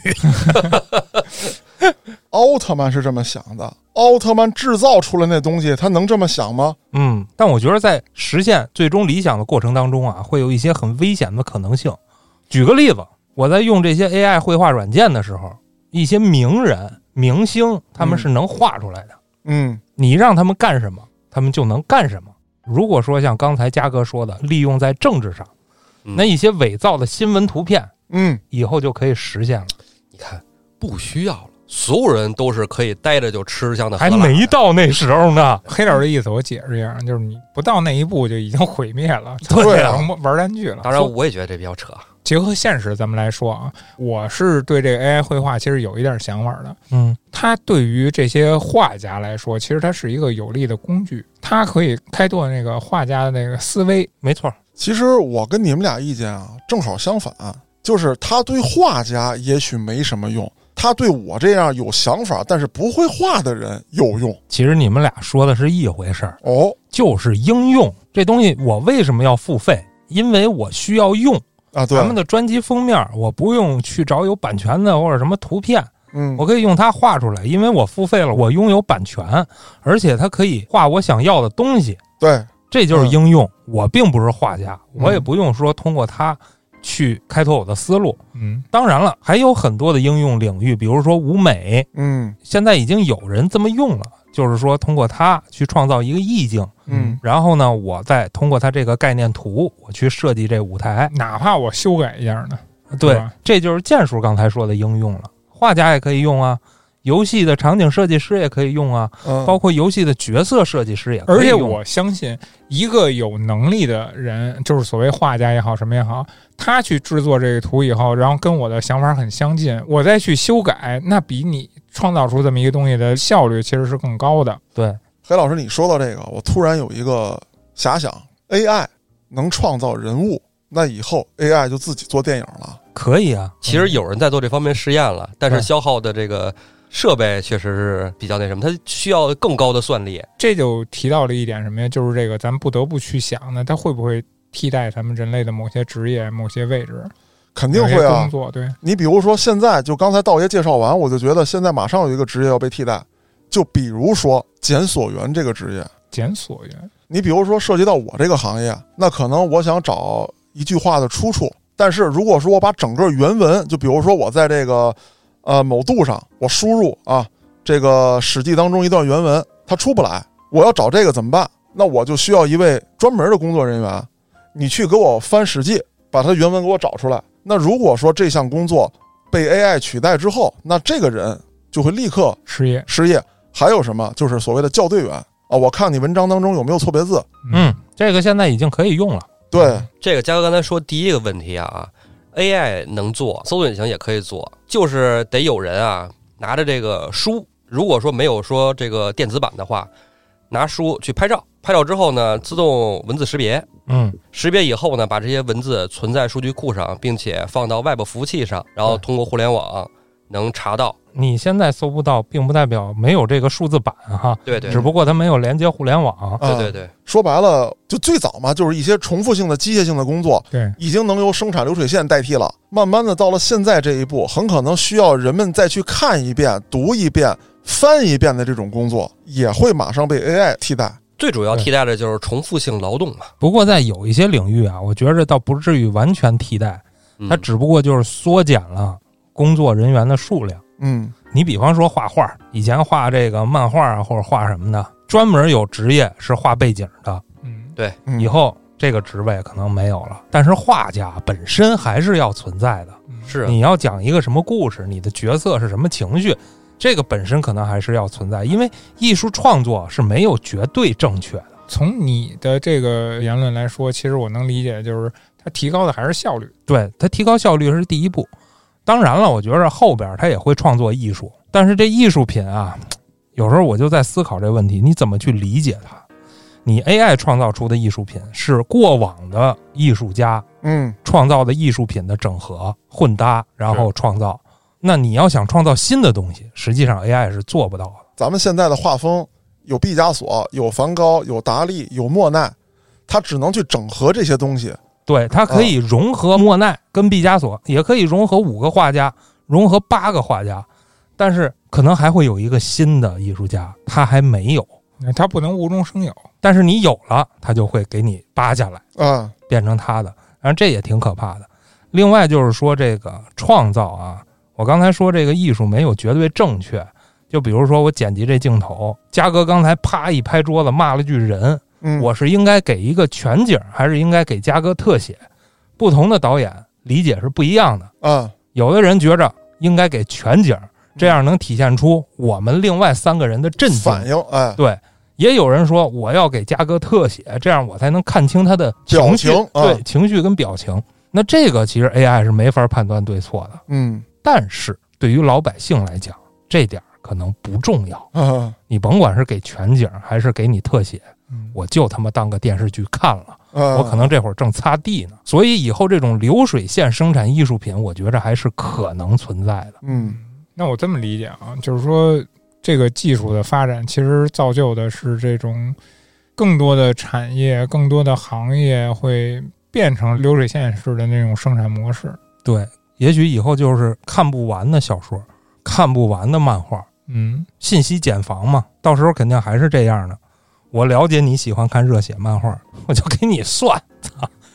B: 奥特曼是这么想的。奥特曼制造出来那东西，他能这么想吗？
C: 嗯，但我觉得在实现最终理想的过程当中啊，会有一些很危险的可能性。举个例子，我在用这些 AI 绘画软件的时候，一些名人、明星他们是能画出来的。
B: 嗯
C: 你让他们干什么，他们就能干什么。如果说像刚才嘉哥说的，利用在政治上，
D: 嗯
C: 那一些伪造的新闻图片
B: 嗯，
C: 以后就可以实现了。
D: 你看，不需要了，所有人都是可以待着就吃香的喝
C: 还
D: 辣的，
C: 没到那时候呢，
A: 黑老师的意思我解释一下，就是你不到那一步就已经毁灭了，
B: 对啊
A: 玩玩单据了。
D: 当然，我也觉得这比较扯。
A: 结合现实咱们来说啊，我是对这个 AI 绘画其实有一点想法的。
C: 嗯，
A: 它对于这些画家来说，其实它是一个有力的工具，它可以开拓那个画家的那个思维。
C: 没错，
B: 其实我跟你们俩意见啊正好相反，就是他对画家也许没什么用，他对我这样有想法但是不会画的人有用
C: 其实你们俩说的是一回事儿，
B: 哦。
C: 就是应用这东西，我为什么要付费？因为我需要用
B: 啊，对
C: 咱，们的专辑封面，我不用去找有版权的或者什么图片，
B: 嗯
C: 我，可以用它画出来，因为我付费了，我拥有版权，而且它可以画我想要的东西，
B: 对，
C: 这就是应用。我并不是画家，
A: 嗯
C: 我也不用说通过它去开拓我的思路。
A: 嗯，
C: 当然了，还有很多的应用领域，比如说舞美，
B: 嗯
C: 现在已经有人这么用了，就是说通过它去创造一个意境，
B: 嗯
C: 然后呢，我再通过它这个概念图，我去设计这舞台。
A: 哪怕我修改一下呢，是
C: 对
A: 吧，
C: 这就是剑叔刚才说的应用了。画家也可以用啊，游戏的场景设计师也可以用啊，
B: 嗯，
C: 包括游戏的角色设计师也可
A: 而
C: 以
A: 且
C: 用。
A: 我相信，一个有能力的人，就是所谓画家也好，什么也好，他去制作这个图以后，然后跟我的想法很相近，我再去修改，那比你创造出这么一个东西的效率其实是更高的。
C: 对，
B: 黑老师，你说到这个，我突然有一个遐想，AI 能创造人物，那以后 AI 就自己做电影了。
C: 可以啊，
D: 其实有人在做这方面试验了，但是
C: 对
D: 消耗的这个设备确实是比较那什么，它需要更高的算力。啊
A: 这就提到了一点什么呀？就是这个，咱们不得不去想呢，它会不会替代咱们人类的某些职业、某些位置、
B: 肯定
A: 某些
B: 会啊
A: 工！作？对，
B: 你比如说，现在就刚才道爷介绍完，我就觉得现在马上有一个职业要被替代，就比如说检索员这个职业。
A: 检索员。
B: 你比如说涉及到我这个行业，那可能我想找一句话的出处，但是如果说我把整个原文，就比如说我在这个呃某度上我输入啊这个《史记》当中一段原文，它出不来，我要找这个怎么办？那我就需要一位专门的工作人员，你去给我翻《史记》，把它原文给我找出来。那如果说这项工作被 AI 取代之后，那这个人就会立刻
A: 失业，
B: 失业。还有什么？就是所谓的校对员啊，我看你文章当中有没有错别字，
C: 嗯，这个现在已经可以用了。
B: 对，
D: 这个嘉哥刚才说第一个问题啊，AI 能做，搜索引擎也可以做，就是得有人啊拿着这个书，如果说没有说这个电子版的话，拿书去拍照，拍照之后呢，自动文字识别，
C: 嗯，
D: 识别以后呢，把这些文字存在数据库上，并且放到 Web 服务器上，然后通过互联网能查到。
C: 你现在搜不到，并不代表没有这个数字版哈，
D: 对对
C: 只不过它没有连接互联网。
B: 啊
D: 对对对，
B: 说白了，就最早嘛，就是一些重复性的机械性的工作，
A: 对，
B: 已经能由生产流水线代替了。慢慢的到了现在这一步，很可能需要人们再去看一遍、读一遍、翻一遍的这种工作，也会马上
C: 嗯
B: 被 AI 替代。
D: 最主要
C: 对
D: 替代的就是重复性劳动嘛。
C: 不过在有一些领域啊，我觉着倒不至于完全替代，
D: 嗯
C: 它只不过就是缩减了工作人员的数量。
B: 嗯，
C: 你比方说画画，以前画这个漫画啊，或者画什么的，专门有职业是画背景的，
A: 嗯，
B: 嗯
C: 以后这个职位可能没有了。但是画家本身还是要存在的，
D: 是啊
C: 你要讲一个什么故事，你的角色是什么情绪，这个本身可能还是要存在，因为艺术创作是没有绝对正确的。
A: 从你的这个言论来说，其实我能理解，就是它提高的还是效率。
C: 对它提高效率是第一步，当然了，我觉着后边他也会创作艺术，但是这艺术品啊，有时候我就在思考这问题，你怎么去理解它？你 AI 创造出的艺术品是过往的艺术家
B: 嗯，
C: 创造的艺术品的整合混搭，然后创造。那你要想创造新的东西，实际上 AI 是做不到的。
B: 咱们现在的画风有毕加索、有梵高、有达利、有莫奈，他只能去整合这些东西。
C: 对，它可以融合莫奈跟毕加索，也可以融合五个画家，融合八个画家，但是可能还会有一个新的艺术家，他还没有。
A: 它不能无中生有。
C: 但是你有了，他就会给你扒下来，
B: 啊，
C: 变成他的。然后这也挺可怕的。另外就是说这个创造啊，我刚才说这个艺术没有绝对正确。就比如说我剪辑这镜头，嘉哥刚才啪一拍桌子骂了句人，
B: 嗯，
C: 我是应该给一个全景，还是应该给嘉哥特写？不同的导演理解是不一样的。
B: 啊，
C: 有的人觉着应该给全景儿，这样能体现出我们另外三个人的震惊。
B: 反应哎，
C: 对，也有人说我要给加个特写，这样我才能看清他的
B: 表
C: 绪，
B: 情啊
C: 对情绪跟表情。那这个其实 AI 是没法判断对错的，
B: 嗯
C: 但是对于老百姓来讲，这点儿可能不重要。
B: 啊，
C: 你甭管是给全景儿还是给你特写，我就他妈当个电视剧看了。
B: 我
C: 我可能这会儿正擦地呢，所以以后这种流水线生产艺术品，我觉着还是可能存在的。
B: 嗯
A: 那我这么理解啊，就是说这个技术的发展其实造就的是这种更多的产业、更多的行业会变成流水线式的那种生产模式。
C: 对，也许以后就是看不完的小说，看不完的漫画，
A: 嗯，
C: 信息茧房嘛，到时候肯定还是这样的。我了解你喜欢看热血漫画，我就给你算，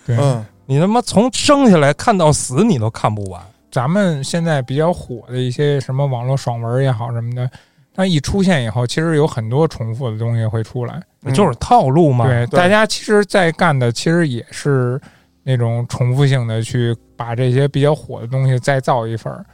A: 对。
B: 嗯
C: 你他妈从生下来看到死你都看不完。
A: 咱们现在比较火的一些什么网络爽文也好什么的，它一出现以后，其实有很多重复的东西会出来。
B: 嗯
C: 就是套路嘛，
A: 对，
B: 对
A: 大家其实，在干的其实也是那种重复性的去把这些比较火的东西再造一份儿。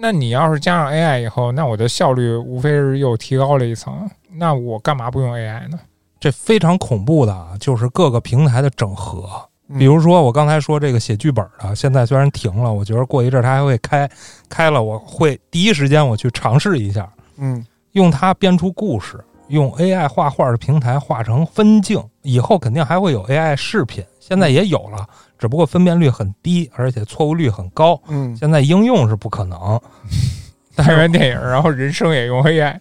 A: 那你要是加上 AI 以后，那我的效率无非是又提高了一层。那我干嘛不用 AI 呢？
C: 这非常恐怖的啊，就是各个平台的整合。
B: 嗯
C: 比如说我刚才说这个写剧本的，现在虽然停了，我觉得过一阵儿它还会开，开了我会第一时间我去尝试一下，
B: 嗯
C: 用它编出故事，用 AI 画画的平台画成分镜，以后肯定还会有 AI 视频，现在也有了，只不过分辨率很低，而且错误率很高，
B: 嗯，
C: 现在应用是不可能。但
A: 拍
C: 是
A: 完电影，然后人生也用 AI，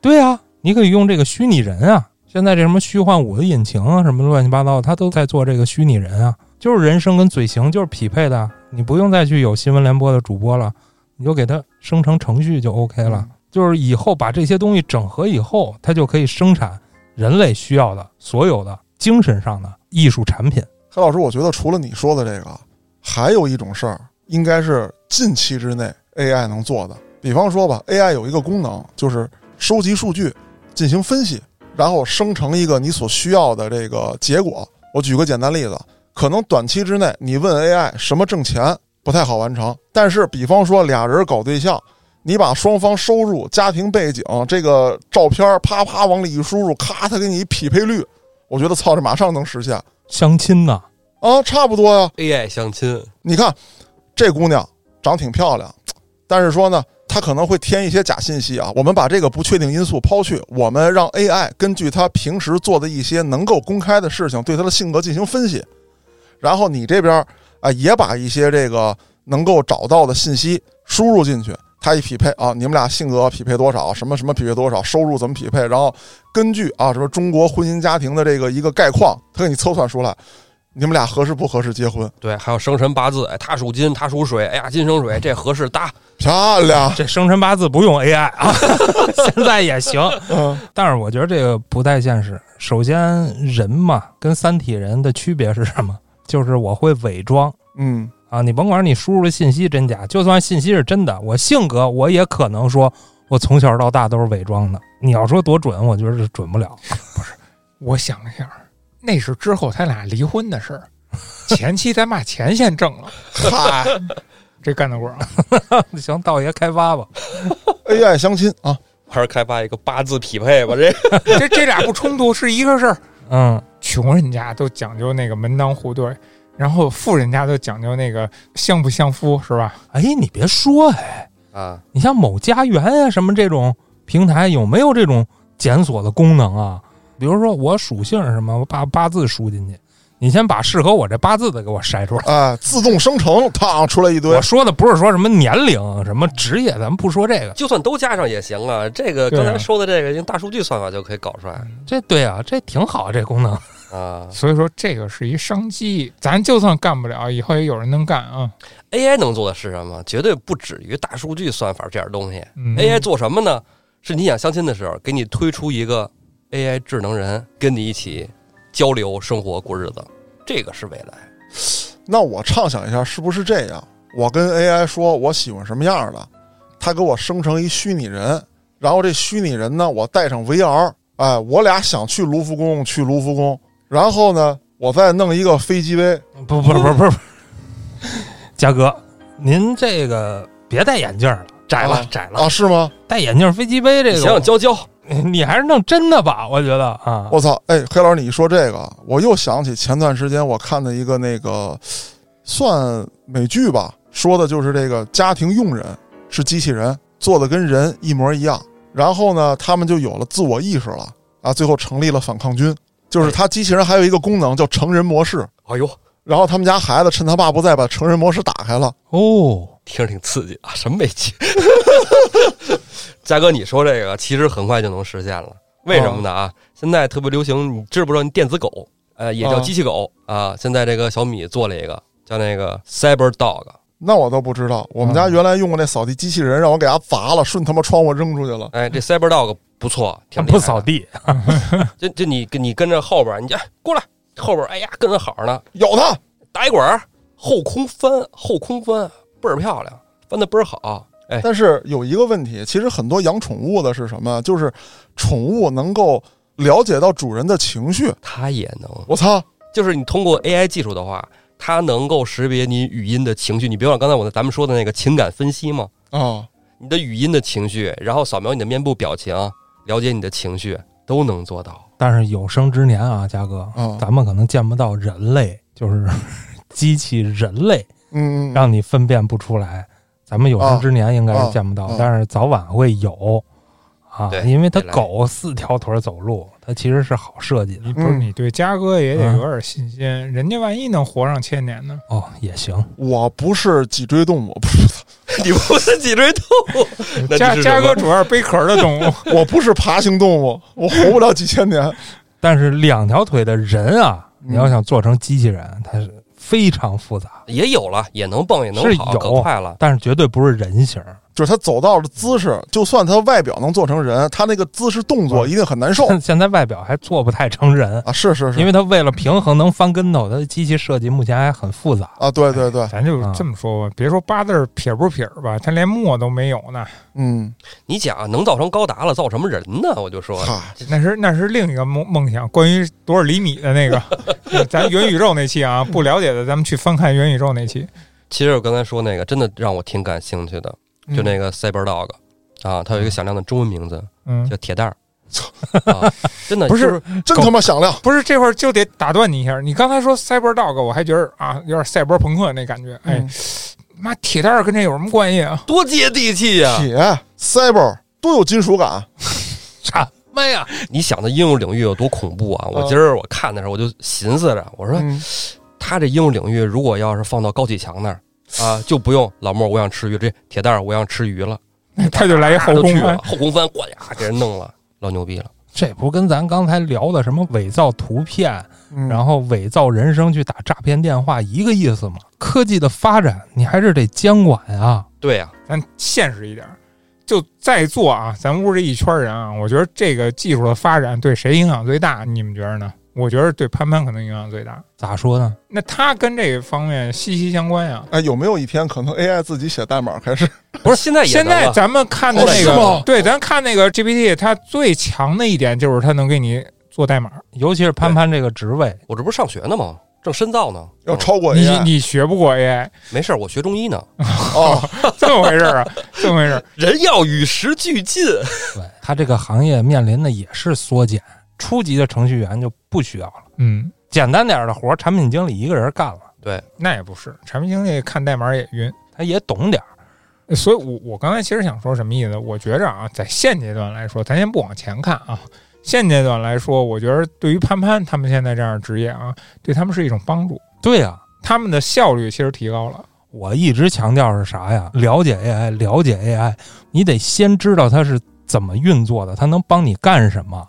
C: 对啊，你可以用这个虚拟人啊。现在这什么虚幻五的引擎啊，什么乱七八糟的，他都在做这个虚拟人啊，就是人声跟嘴型就是匹配的，你不用再去有新闻联播的主播了，你就给它生成程序就 OK 了。就是以后把这些东西整合以后，它就可以生产人类需要的所有的精神上的艺术产品。
B: 黑老师，我觉得除了你说的这个，还有一种事儿，应该是近期之内 AI 能做的。比方说吧，AI 有一个功能，就是收集数据，进行分析，然后生成一个你所需要的这个结果。我举个简单例子，可能短期之内你问 AI 什么挣钱不太好完成，但是比方说俩人搞对象。你把双方收入、家庭背景这个照片儿啪啪往里一输入，咔，它给你一匹配率，我觉得操，这马上能实现。
C: 相亲呐、
B: 啊，差不多呀、
D: AI 相亲，
B: 你看这姑娘长挺漂亮，但是说呢，她可能会添一些假信息啊。我们把这个不确定因素抛去，我们让 AI 根据她平时做的一些能够公开的事情，对她的性格进行分析。然后你这边啊、也把一些这个能够找到的信息输入进去，它一匹配啊，你们俩性格匹配多少，什么什么匹配多少，收入怎么匹配，然后根据啊什么中国婚姻家庭的这个一个概况，它给你测算出来，你们俩合适不合适结婚。
D: 对，还有生辰八字，哎，他属金，他属水，哎呀，金生水，这合适搭。
B: 漂亮，
C: 这生辰八字不用 AI 啊， 现在也行。
B: 嗯
C: 但是我觉得这个不太现实。首先，人嘛，跟三体人的区别是什么？就是我会伪装
B: 嗯
C: 啊，你甭管你输入的信息真假，就算信息是真的，我性格我也可能说，我从小到大都是伪装的。你要说多准，我觉得是准不了。
A: 我想了一下，那是之后他俩离婚的事儿，前期咱把钱先挣了，
B: 嗨
A: 这干得过啊？
C: 行，道爷开发吧。
B: ，AI 相亲啊，
D: 还是开发一个八字匹配吧，这
A: 这这俩不冲突是一个事儿。
C: 嗯，
A: 穷人家都讲究那个门当户对，然后富人家都讲究那个相不相夫，是吧？
C: 哎，你别说，哎，
D: 啊，
C: 你像某家园呀、什么这种平台，有没有这种检索的功能啊？比如说我属性是什么，我把八字输进去，你先把适合我这八字的给我筛出来。
B: 哎，自动生成，烫出来一堆
C: 我，说的不是说什么年龄、什么职业，咱们不说这个。
D: 就算都加上也行啊。这个
A: 对
D: 刚
A: 啊
D: 才说的这个，用大数据算法就可以搞出来
C: 这对啊，这挺好，这功能。
D: 啊。
A: 所以说这个是一商机，咱就算干不了，以后也有人能干啊。
D: AI 能做的是什么？绝对不止于大数据算法这点东西。
A: 嗯
D: AI 做什么呢？是你想相亲的时候，给你推出一个 AI 智能人，跟你一起交流、生活、过日子，这个是未来。
B: 那我畅想一下，是不是这样？我跟 AI 说我喜欢什么样的，它给我生成一虚拟人，然后这虚拟人呢，我带上 VR，哎，我俩想去卢浮宫去卢浮宫，然后呢，我再弄一个飞机杯，
C: 不不不不不，嘉哥，您这个别戴眼镜了，窄了
B: 啊
C: 窄了，
B: 啊，是吗？
C: 戴眼镜飞机杯这
D: 想想
C: 个，
D: 娇娇，
C: 你还是弄真的吧，我觉得啊，
B: 我操！哎，黑老师，你一说这个，我又想起前段时间我看的一个那个算美剧吧，说的就是这个家庭佣人是机器人，做的跟人一模一样。然后呢，他们就有了自我意识了啊，最后成立了反抗军。就是他机器人还有一个功能叫成人模式，
D: 哎呦，
B: 然后他们家孩子趁他爸不在，把成人模式打开了。
C: 哦，
D: 听着挺刺激啊，什么美剧？嘉哥，你说这个其实很快就能实现了，为什么呢？啊，现在特别流行，你知不知道？电子狗，呃，也叫
B: 啊
D: 机器狗啊。现在这个小米做了一个叫那个 Cyber Dog，
B: 那我都不知道，我们家原来用过那扫地机器人，让我给它砸了，顺他妈窗户扔出去了。
D: 哎，这 Cyber Dog 不错，挺厉害
C: 啊不
D: 的
C: 扫，地，
D: 就就你跟你跟着后边，你就哎过来，后边哎呀跟着好呢，
B: 咬它，
D: 打一滚儿，后空翻，后空翻倍儿漂亮，翻的倍儿好。哎，
B: 但是有一个问题，其实很多养宠物的是什么？就是宠物能够了解到主人的情绪。
D: 它也能，
B: 我操，
D: 就是你通过 AI 技术的话，它能够识别你语音的情绪。你别忘了刚才我咱们说的那个情感分析嘛，
B: 啊，
D: 你的语音的情绪，然后扫描你的面部表情，了解你的情绪，都能做到。
C: 但是有生之年啊，嘉哥，
B: 嗯
C: 咱们可能见不到人类，就是 机器人类，
B: 嗯，
C: 让你分辨不出来。咱们有生
B: 哦
C: 之年应该是见不到，
B: 啊啊啊
C: 但是早晚会有啊
D: 对，
C: 因为它
D: 得来
C: 狗四条腿走路，它其实是好设计的
A: 你不是
B: 嗯
A: 你对嘉哥也得
C: 嗯
A: 有点信心，人家万一能活上千年呢？
C: 哦，也行。
B: 我不是脊椎动物，不 是，
D: 你不是脊椎动物， 那
A: 嘉
D: 你是什
A: 嘉
D: 么
A: 哥主要是贝壳儿的动 物，
B: 我不是爬行动物，我活不了几千年。
C: 但是两条腿的人啊，
B: 嗯
C: 你要想做成机器人，它是非常复杂，
D: 也有了，也能蹦，也能
C: 是
D: 跑，
C: 有
D: 可快了。
C: 但是绝对不是人形。
B: 就是它走道的姿势，就算它外表能做成人，它那个姿势动
C: 嗯
B: 作一定很 难受
C: 但现在外表还做不太成人，
B: 啊！是哦是
C: 因
B: 是，
C: 为它为了平衡能翻跟头，它的机器设计目前还很复杂。
B: 啊，对对对，
A: 咱就
D: 嗯
A: 这么说吧，别说八字儿撇不撇儿吧，他连墨都没有 呢，
B: 嗯，
D: 你讲能造成高达了，造什么人呢？我就说，
B: 嗨，
A: 那是那是另一个梦梦想，关于多少厘米的 那个，咱元宇宙那期啊，不了解的咱们去翻看元宇宙那期，
D: 其实我刚才说那个真的让我挺感兴趣的，
A: 嗯
D: 就那个 Cyber Dog 啊，它有一个响亮的中文名字
A: 嗯
D: 叫。铁蛋 儿。啊，真的
A: 不是
D: 就是
B: 真他妈响亮！
A: 不是这会儿就得打断你一下，你刚才说 Cyberdog，我还觉得啊，有点赛博朋克那感觉。哎，
B: 嗯
A: 妈，铁蛋儿跟这有什么关系啊？
D: 多接地气呀、
B: 铁、cyber
C: 啊
B: 都有金属感，
C: 啥？
D: 妈呀！你想的应用领域有多恐怖啊！我
B: 嗯
D: 今儿我看的时候，我就寻思着，我说
B: 嗯
D: 他这应用领域如果要是放到高启强那儿啊，就不用老莫我想吃鱼，这铁蛋儿我想吃鱼了，
A: 哎他就来一后
D: 都
A: 宫啊
D: 去
A: 翻
D: 了，后空翻，呱呀给人弄了，老牛逼了。
C: 这不跟咱刚才聊的什么伪造图片，
B: 嗯
C: 然后伪造人声去打诈骗电话一个意思吗？科技的发展，你还是得监管啊。
D: 对呀、
A: 咱现实一点儿，就在座啊，咱屋这一圈人啊，我觉得这个技术的发展对谁影响最大？你们觉得呢？我觉得对潘潘可能影响最大。
C: 咋说呢？
A: 那他跟这个方面息息相关啊呀。
B: 哎，有没有一天可能 AI 自己写代码开始？
D: 不是现在也
A: 现
D: 能啊
A: 在咱们看的那
B: 哦是吗
A: 个，对，咱看那个 GPT，它最强的一点就是它能给你做代码。
C: 尤其是潘潘这个职位，
D: 我这不是上学呢吗？正深造呢，
B: 要
D: 嗯
B: 超过
A: 你
B: AI
A: 你学不过 AI，
D: 没事儿，我学中医呢。
B: 哦，
A: 这么回事儿啊？这么回 事儿？
D: 人要与时俱进，
C: 对他这个行业面临的也是缩减，初级的程序员就不需要了，
A: 嗯，
C: 简单点儿的活儿，产品经理一个人干了，
A: 那也不是，产品经理看代码也晕。
C: 他也懂点儿。
A: 所以我，我刚才其实想说什么意思？我觉着啊，在现阶段来说，咱先不往前看啊。现阶段来说，我觉得对于潘潘他们现在这样的职业啊，对他们是一种帮助，
C: 对啊呀、
A: 他们的效率其实提高了。
C: 我一直强调是啥呀？了解 AI，了解 AI，你得先知道它是怎么运作的，它能帮你干什么。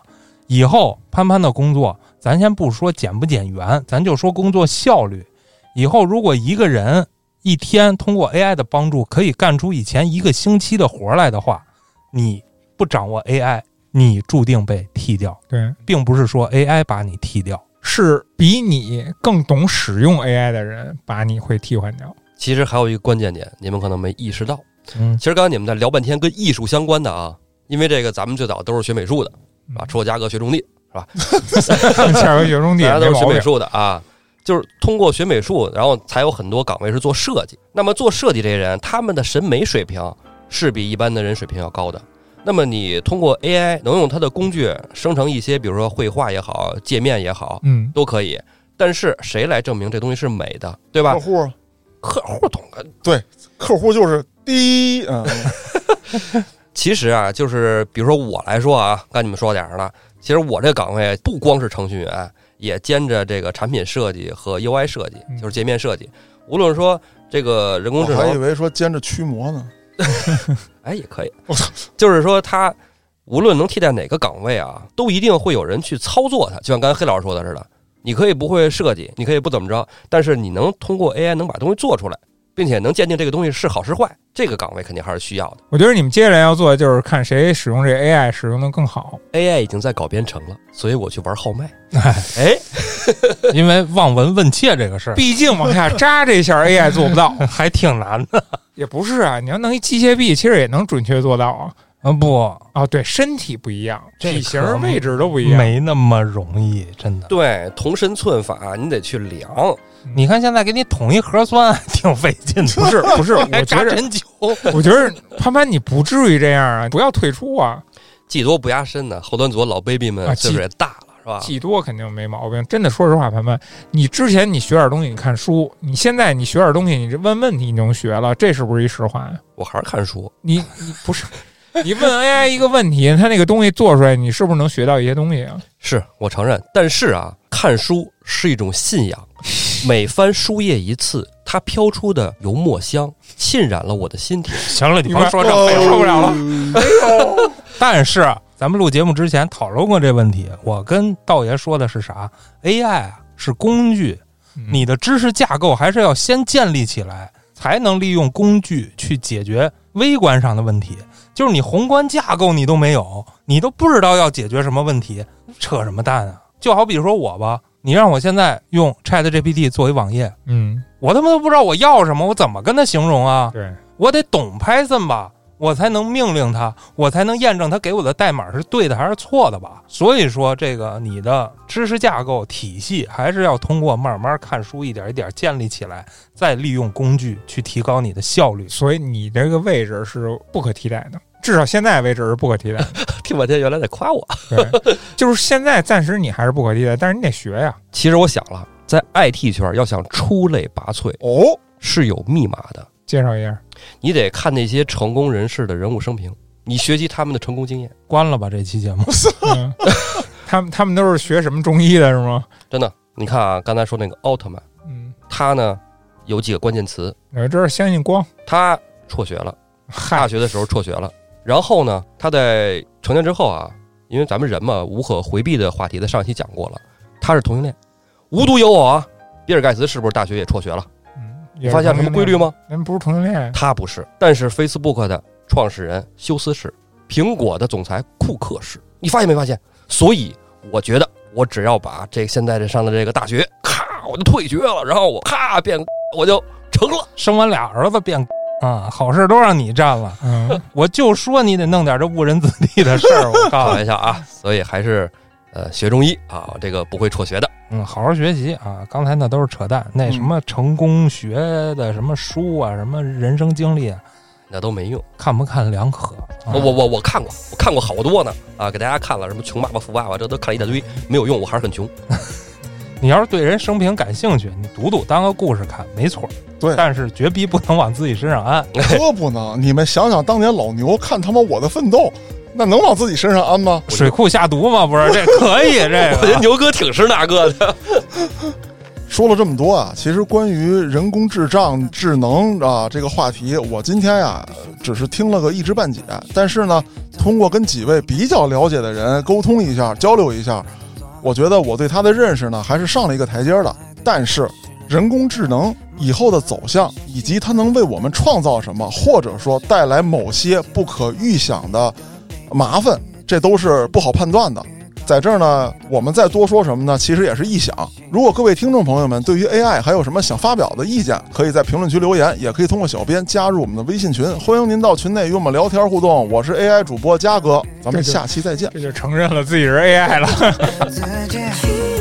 C: 以后潘潘的工作，咱先不说减不减员，咱就说工作效率。以后如果一个人一天通过 AI 的帮助可以干出以前一个星期的活儿来的话，你不掌握 AI，你注定被替掉，
A: 对，
C: 并不是说 AI 把你替掉。
A: 是比你更懂使用 AI 的人把你会替换掉。
D: 其实还有一个关键点，你们可能没意识到。
C: 嗯，
D: 其实刚才你们在啊聊半天跟艺术相关的啊，因为这个咱们最早都是学美术的啊，除了嘉哥学中地
A: 下回学兄弟也
D: 大家
A: 没
D: 都是学
A: 毛
D: 美
A: 病。
D: 术的啊，就是通过学美术，然后才有很多岗位是做设计。那么做设计这些人，他们的审美水平是比一般的人水平要高的。那么你通过 AI 能用它的工具生成一些，比如说绘画也好，界面也好，
A: 嗯，
D: 都可以。但是谁来证明这东西是美的，对
A: 哦
D: 吧
B: 客？户
D: 客户懂个
B: 客户就是第一，嗯，
D: 其实啊，就是比如说我来说啊，刚才你们说点儿了，其实我这个岗位不光是程序员，也兼着这个产品设计和 UI 设计，
A: 嗯
D: 就是界面设计。无论说这个人
B: 我
D: 工智
B: 哦还以
D: 能，
B: 为说兼着驱魔呢。
D: 哎，也可以
B: 我操，
D: 就是说它无论能替代哪个岗位啊，都一定会有人去操作它。就像刚才黑老师说的似的，你可以不会设计，你可以不怎么着，但是你能通过 AI 能把东西做出来，并且能鉴定这个东西是好是坏，这个岗位肯定还是需要的。
A: 我觉得你们接下来要做的就是看谁使用这 AI 使用的更好。
D: AI 已经在搞编程了，所以我去玩号脉。 哎，
C: 因为望闻问切这个事儿
A: 毕竟往下扎这下 AI 做不到，
C: 还挺难的。
A: 也不是啊。你要弄一机械臂，其实也能准确做到啊。
C: 啊，不，
A: 哦，对，身体不一样，
C: 这
A: 体型
C: 可
A: 位置都不一样。
C: 没那么容易，真的。
D: 对，同身寸法，你得去量。
C: 你看现在给你捅一核酸 挺费劲的，
A: 不是不是，
C: 还
A: 我
C: 扎
A: 觉着
C: 针灸。
A: 我觉着潘潘你不至于这样啊，不要退出啊。
D: 技多不压身呢，后端组老 baby
A: 啊
D: 们岁数
A: 技
D: 也大了，
C: 啊
D: 是吧？
A: 技多肯定没毛病。真的，说实话，盘盘，你之前你学点东西，你看书；你现在你学点东西，你这问问题你就能学了，这是不是一实话呀？啊
D: 我还是看书，
A: 你你不是你问 AI 一个问题，它那个东西做出来，你是不是能学到一些东西啊？
D: 是我承认。但是啊，看书是一种信 仰，每翻书页一次，它飘出的油墨香浸染了我的心田。
C: 行了，你甭说这
A: 我
C: 废话。
A: 受不了了
B: 了。
C: 但是咱们录节目之前讨论过这问题，我跟道爷说的是啥？AI 啊是工具，
A: 嗯
C: 你的知识架构还是要先建立起来，才能利用工具去解决微观上的问题。就是你宏观架构你都没有，你都不知道要解决什么问题，扯什么蛋啊！就好比说我吧，你让我现在用 ChatGPT 做一网页，
A: 嗯，
C: 我他妈都不知道我要什么，我怎么跟他形容啊？
A: 对，
C: 我得懂 Python 吧，我才能命令它，我才能验证它给我的代码是对的还是错的吧。所以说，这个你的知识架构体系还是要通过慢慢看书，一点一点建立起来，再利用工具去提高你的效率。
A: 所以你这个位置是不可替代的，至少现在为止是不可替代的。
D: 听半天，原来在夸我。
A: 对，就是现在暂时你还是不可替代，但是你得学呀。
D: 其实我想了，在 IT 圈要想出类拔萃
B: 哦，
D: 是有密码的，
A: 介绍一 下，
D: 你得看那些成功人士的人物生平，你学习他们的成功经验。
C: 关了吧这期节目，
A: 嗯、他们他们都是学什么中医的，是吗？
D: 真的，你看啊，刚才说那个奥特曼，
A: 嗯，
D: 他呢有几个关键词，
A: 我这是相信光，
D: 他辍学了。大
A: 嗨，
D: 学的时候辍学了，然后呢，他在成年之后啊，因为咱们人嘛，无可回避的话题，在上一期讲过了，他是同性恋，无独有偶啊，比尔盖茨是不是大学也辍学了？
A: 嗯
D: 你发现什么规律？吗？
A: 人不是同性恋，
D: 他不是，但是 Facebook 的创始人休斯是，苹果的总裁库克是，你发现没发现？所以我觉得，我只要把这现在这上的这个大学，咔，我就退学了，然后我咔变，我就成了。
C: 生完俩儿子变啊，好事都让你占了。
A: 嗯，
C: 我就说你得弄点这误人子弟的事儿，我
D: 开
C: 告诉 你，
D: 玩笑啊，所以还是呃学中医啊，这个不会辍学的。
C: 嗯，好好学习啊。刚才那都是扯淡，那什么成功学的什么书啊，什么人生经历啊，
D: 那都没用。
C: 看不看两可。啊
D: 哦我我我看过，我看过好多呢啊，给大家看了什么穷爸爸富爸爸，这都看了一大堆，没有用，我还是很穷。
C: 你要是对人生平感兴趣，你读读当个故事看，没错。
B: 对
C: 但是绝逼不能往自己身上安。
B: 这不能！你们想想，当年老牛看他妈《我的奋斗》，那能往自己身上安吗？
C: 水库下毒吗？不是，这可以，这
D: 我觉得
C: 个
D: 牛哥挺是那个的，
B: 说了这么多啊，其实关于人工智障、智能啊这个话题，我今天呀、只是听了个一知半解。但是呢，通过跟几位比较了解的人沟通一下、交流一下，我觉得我对它的认识呢还是上了一个台阶的。但是，人工智能以后的走向，以及它能为我们创造什么，或者说带来某些不可预想的麻烦，这都是不好判断的。在这儿呢，我们再多说什么呢？其实也是臆想。如果各位听众朋友们对于 AI 还有什么想发表的意见，可以在评论区留言，也可以通过小编加入我们的微信群，欢迎您到群内与我们聊天互动。我是 AI 主播嘉哥，咱们
A: 这就
B: 下期再见。
A: 这就承认了自己是 AI 了。
F: 自己。